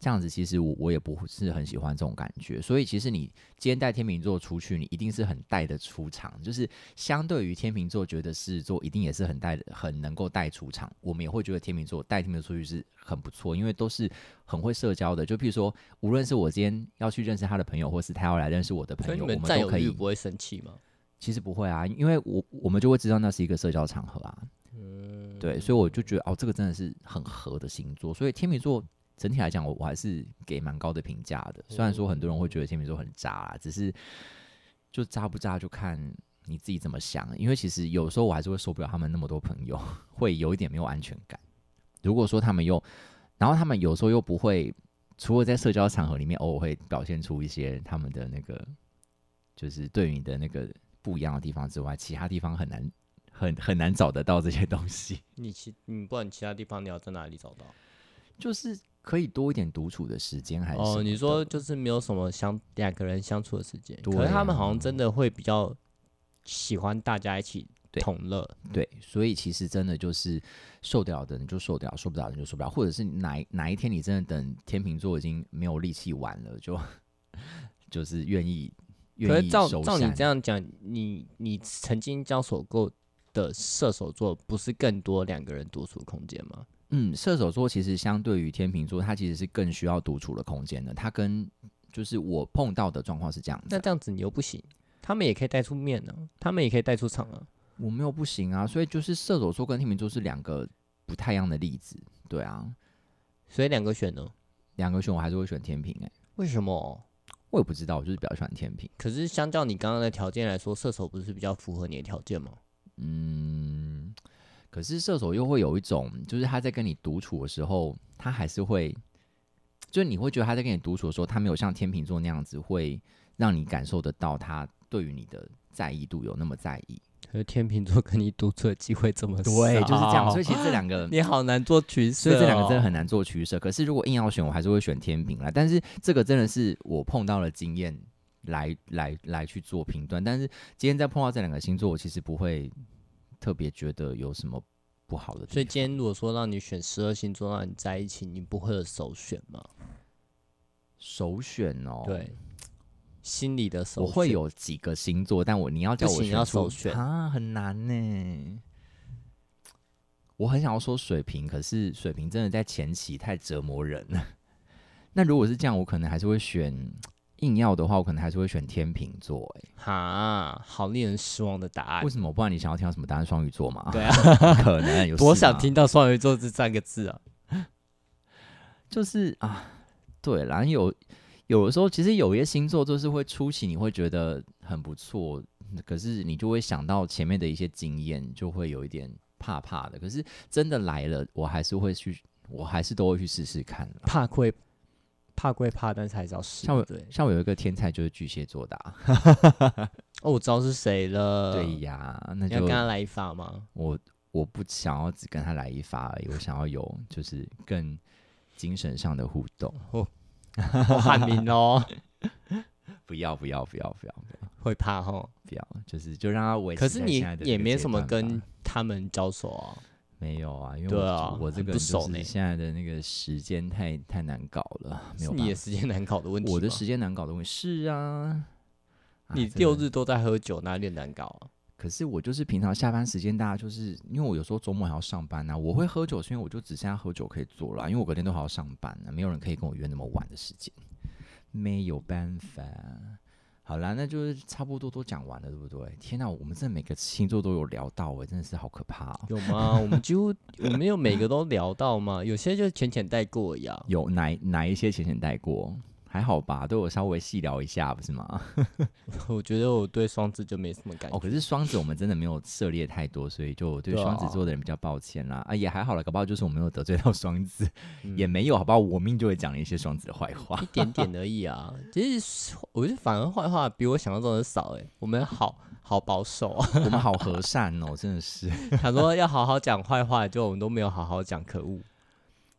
A: 这样子其实我我也不是很喜欢这种感觉。所以其实你今天带天秤座出去，你一定是很带的出场，就是相对于天秤座觉得狮子座一定也是很带的，很能够带出场，我们也会觉得天秤座带天秤座出去是很不错，因为都是很会社交的。就譬如说，无论是我今天要去认识他的朋友，或是他要来认识我的
B: 所
A: 朋
B: 以
A: 友，
B: 你
A: 我们
B: 占
A: 都
B: 有
A: 可
B: 欲
A: 以
B: 不会生气吗？
A: 其实不会啊，因为我我们就会知道那是一个社交场合啊。
B: 嗯，
A: 对，所以我就觉得哦，这个真的是很合的星座。所以天秤座整体来讲，我我还是给蛮高的评价的。虽
B: 嗯
A: 然说很多人会觉得天秤座很渣啦，只是就渣不渣就看你自己怎么想。因为其实有时候我还是会受不了他们那么多朋友， 会有一点没有安全感。如果说他们又，然后他们有时候又不会，除了在社交场合里面偶尔会表现出一些他们的那个，就是对于你的那个不一样的地方之外，其他地方很难。很很难找得到这些东西。
B: 你其你不管其他地方你要在哪里找到？
A: 就是可以多一点独处的时间，还是什
B: 哦，
A: 么
B: 你说
A: 的
B: 就是没有什么相两个人相处的时间，
A: 对
B: 可是他们
A: 啊
B: 好像真的会比较喜欢大家一起
A: 对
B: 同乐。
A: 对，所以其实真的就是受得了的人就受得了，受不了的人就受不了，或者是哪一哪一天你 真的等天秤座已经没有力气玩了，就就是愿意愿
B: 可
A: 意
B: 是照
A: 收
B: 照你
A: 山
B: 这样讲，你你曾经交手过的射手座，不是更多两个人独处空间吗？
A: 嗯，射手座其实相对于天秤座，它其实是更需要独处的空间的。它跟就是我碰到的状况是这样
B: 那
A: 子，
B: 这样子你又不行，他们也可以带出面呢、他们也可以带出场啊。
A: 我没有不行啊，所以就是射手座跟天秤座是两个不太一样的例子。对啊，
B: 所以两个选呢？
A: 两个选我还是会选天平哎、
B: 为什么？
A: 我也不知道，我就是比较喜欢天平。
B: 可是相较你刚刚的条件来说，射手不是比较符合你的条件吗？
A: 嗯，可是射手又会有一种，就是他在跟你独处的时候，他还是会，就是你会觉得他在跟你独处的时候，他没有像天秤座那样子，会让你感受得到他对于你的在意度有那么在意。
B: 可是天秤座跟你独处的机会哦这么少，
A: 对，就是这
B: ，
A: 样。所以其实这两个
B: 你好难做取舍、
A: 所
B: 哦
A: 以这两个真的很。难做取舍。可是如果硬要选，我还是会选天平啦。但是这个真的是我碰到的经验来来来去做评断。但是今天再碰到这两个星座，我其实不会特别觉得有什么不好的地方。
B: 所以今天如果说让你选十二星座让你在一起，你不会有首选吗？
A: 首选哦，，
B: 对，心里的首选。
A: 我会有几个星座，但我你要叫
B: 不
A: 我
B: 行要
A: 出
B: 首选
A: 啊，很难呢。我很想要说水瓶，可是水瓶真的在前期太折磨人 了。那如果是这样，我可能还是会选硬要的话，我可能还是会选天秤座。哎，
B: 哈，好令人失望的答案
A: 为。什么？不然你想要听到什么答案？双鱼座嘛？
B: 哎 对
A: 不 可能有。
B: 多想，听到双鱼座这三个字啊！
A: 就是啊，对啦，有有的时候其实有一些星座就是会初期你会觉得很不错，可是你就会想到前面的一些经验，就会有一点怕怕的。可是真的来了，我还是会去，我还是都会去试试看啦。
B: 怕归怕归怕，但是还是要试。
A: 像我
B: 对，
A: 像我有一个天才就是巨蟹座的、啊，
B: 哦，我知道是谁了。
A: 对呀，那
B: 你要
A: 就
B: 跟他来一发吗？
A: 我我不想要只跟他来一发而已，我想要有就是更精神上的互动。
B: 我喊名哦，
A: 不要不要不要不要不要
B: 会怕哦。
A: 不要，就是就让他维持
B: 可是
A: 在
B: 你
A: 现在的
B: 也
A: 这个
B: 没
A: 阶
B: 什么
A: 段吧
B: 跟他们交手啊。
A: 没有啊，因为
B: 对
A: 我、
B: 啊
A: 我这
B: 很
A: 个人
B: 不熟
A: 就
B: 呢
A: 是现在的那个时间太太难搞了，没
B: 是
A: 有
B: 你
A: 办
B: 的
A: 法。
B: 时间难搞的问题吗。
A: 我的时间难搞的问题是啊，啊
B: 你
A: 真
B: 六
A: 的哦
B: 日都在喝酒，哪里难搞啊？
A: 可是我就是平常下班时间，大家就是因为我有时候周末还要上班呐、啊我会喝酒是因为我就只剩下喝酒可以做了啊、因为我隔天都还要上班啊呢、没有人可以跟我约那么晚的时间，没有办法。好啦，那就是差不多都讲完了，对不对？天哪，我们这每个星座都有聊到、欸，真的是好可怕、哦。
B: 有吗？我们 几乎我们有每个都聊到吗？有些就浅浅带过啊呀。
A: 有哪哪一些浅浅带过？还好吧，都有稍微细聊一下，不是吗？
B: 我觉得我对双子就没什么感觉。
A: 哦，可是双子我们真的没有涉猎太多，所以就我对
B: 对啊
A: 双子座的人比较抱歉啦。啊，也还好了，搞不好就是我没有得罪到双子，
B: 嗯
A: 也没有，好不好？我命就会讲了一些双子的坏话
B: 一。点点而 已啊。其实我觉得反而坏话比我想象中的少哎、我们好好保守啊。
A: 我们好和善哦，真的是。
B: 他说要好好讲坏话，就我们都没有好好讲，可恶。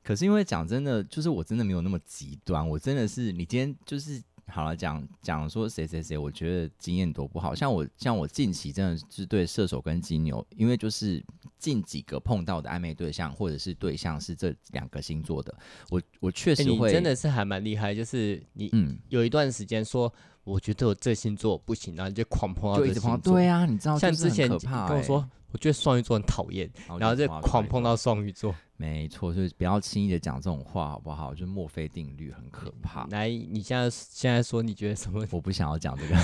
A: 可是因为讲真的，就是我真的没有那么极端，我真的是你今天就是好了讲讲说谁谁谁，我觉得经验多不好。像我像我近期真的是对射手跟金牛，因为就是近几个碰到的暧昧对象或者是对象是这两个星座的，我我确
B: 哎、
A: 实
B: 你
A: 会、
B: 真的是还蛮厉害，就是你
A: 嗯，
B: 有一段时间说，我觉得我这星座不行，然后你就狂碰到
A: 就
B: 这
A: 一直
B: 星
A: 碰到
B: 座。
A: 对啊，你知道
B: 像
A: 就是
B: 之
A: 很
B: 前
A: 可
B: 你
A: 怕、欸、
B: 跟我说，我觉得双鱼座很讨厌，
A: 我
B: 然后
A: 就
B: 就
A: 一直
B: 狂
A: 一直
B: 碰到双鱼座。
A: 没错，所以不要轻易的讲这种话，好不好？就墨菲定律很可怕。
B: 来，你现在现在说你觉得什么？
A: 我不想要讲这个，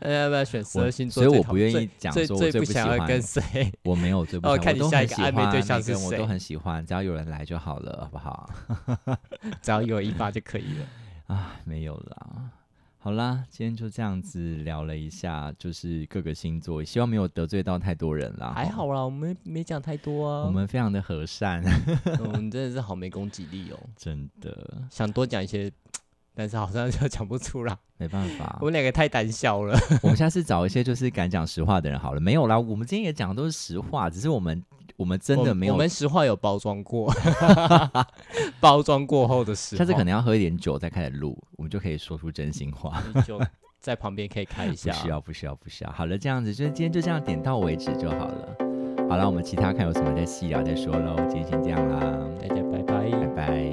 B: 呃要不要选十
A: 我
B: 二星座
A: 所
B: 最讨？
A: 以我不愿
B: 最
A: 意讲
B: 最
A: 说我
B: 最
A: 不喜
B: 想要
A: 欢
B: 跟谁。
A: 我没有追不
B: 哦
A: 上，
B: 看你
A: 我都
B: 下一
A: 很喜
B: 个暧
A: 欢，
B: 昧对象
A: 每个
B: 是
A: 人我
B: 谁
A: 都很喜欢，只要有人来就好了，好不好？
B: 只要有一发就 可以了。
A: 啊，没有啦。好啦，今天就这样子聊了一下，就是各个星座，希望没有得罪到太多人啦。
B: 还，好啦，我们没讲太多啊。
A: 我们非常的和善，
B: 嗯我们真的是好没攻击力哦，
A: 真的
B: 想多讲一些，但是好像 就讲不出来。
A: 没办法
B: 我。们两个太胆小了。
A: 我们下次找一些就是敢讲实话的人好了。没有啦，我们今天也讲的都是实话，只是我们我们真
B: 我
A: 的
B: 们
A: 没有
B: 我。们实话有包装过， 包装过后的实话。
A: 下次可能要喝一点酒再开始录，我们就可以说出真心话。
B: 能就在旁边可以看一
A: 不
B: 下。
A: 需要，不需要，不需要。好了，这样子，就今天就这样点到为止就好了。好了，我们其他看有什么再细聊再说喽。今天先这样啦，
B: 大家拜拜
A: 拜拜。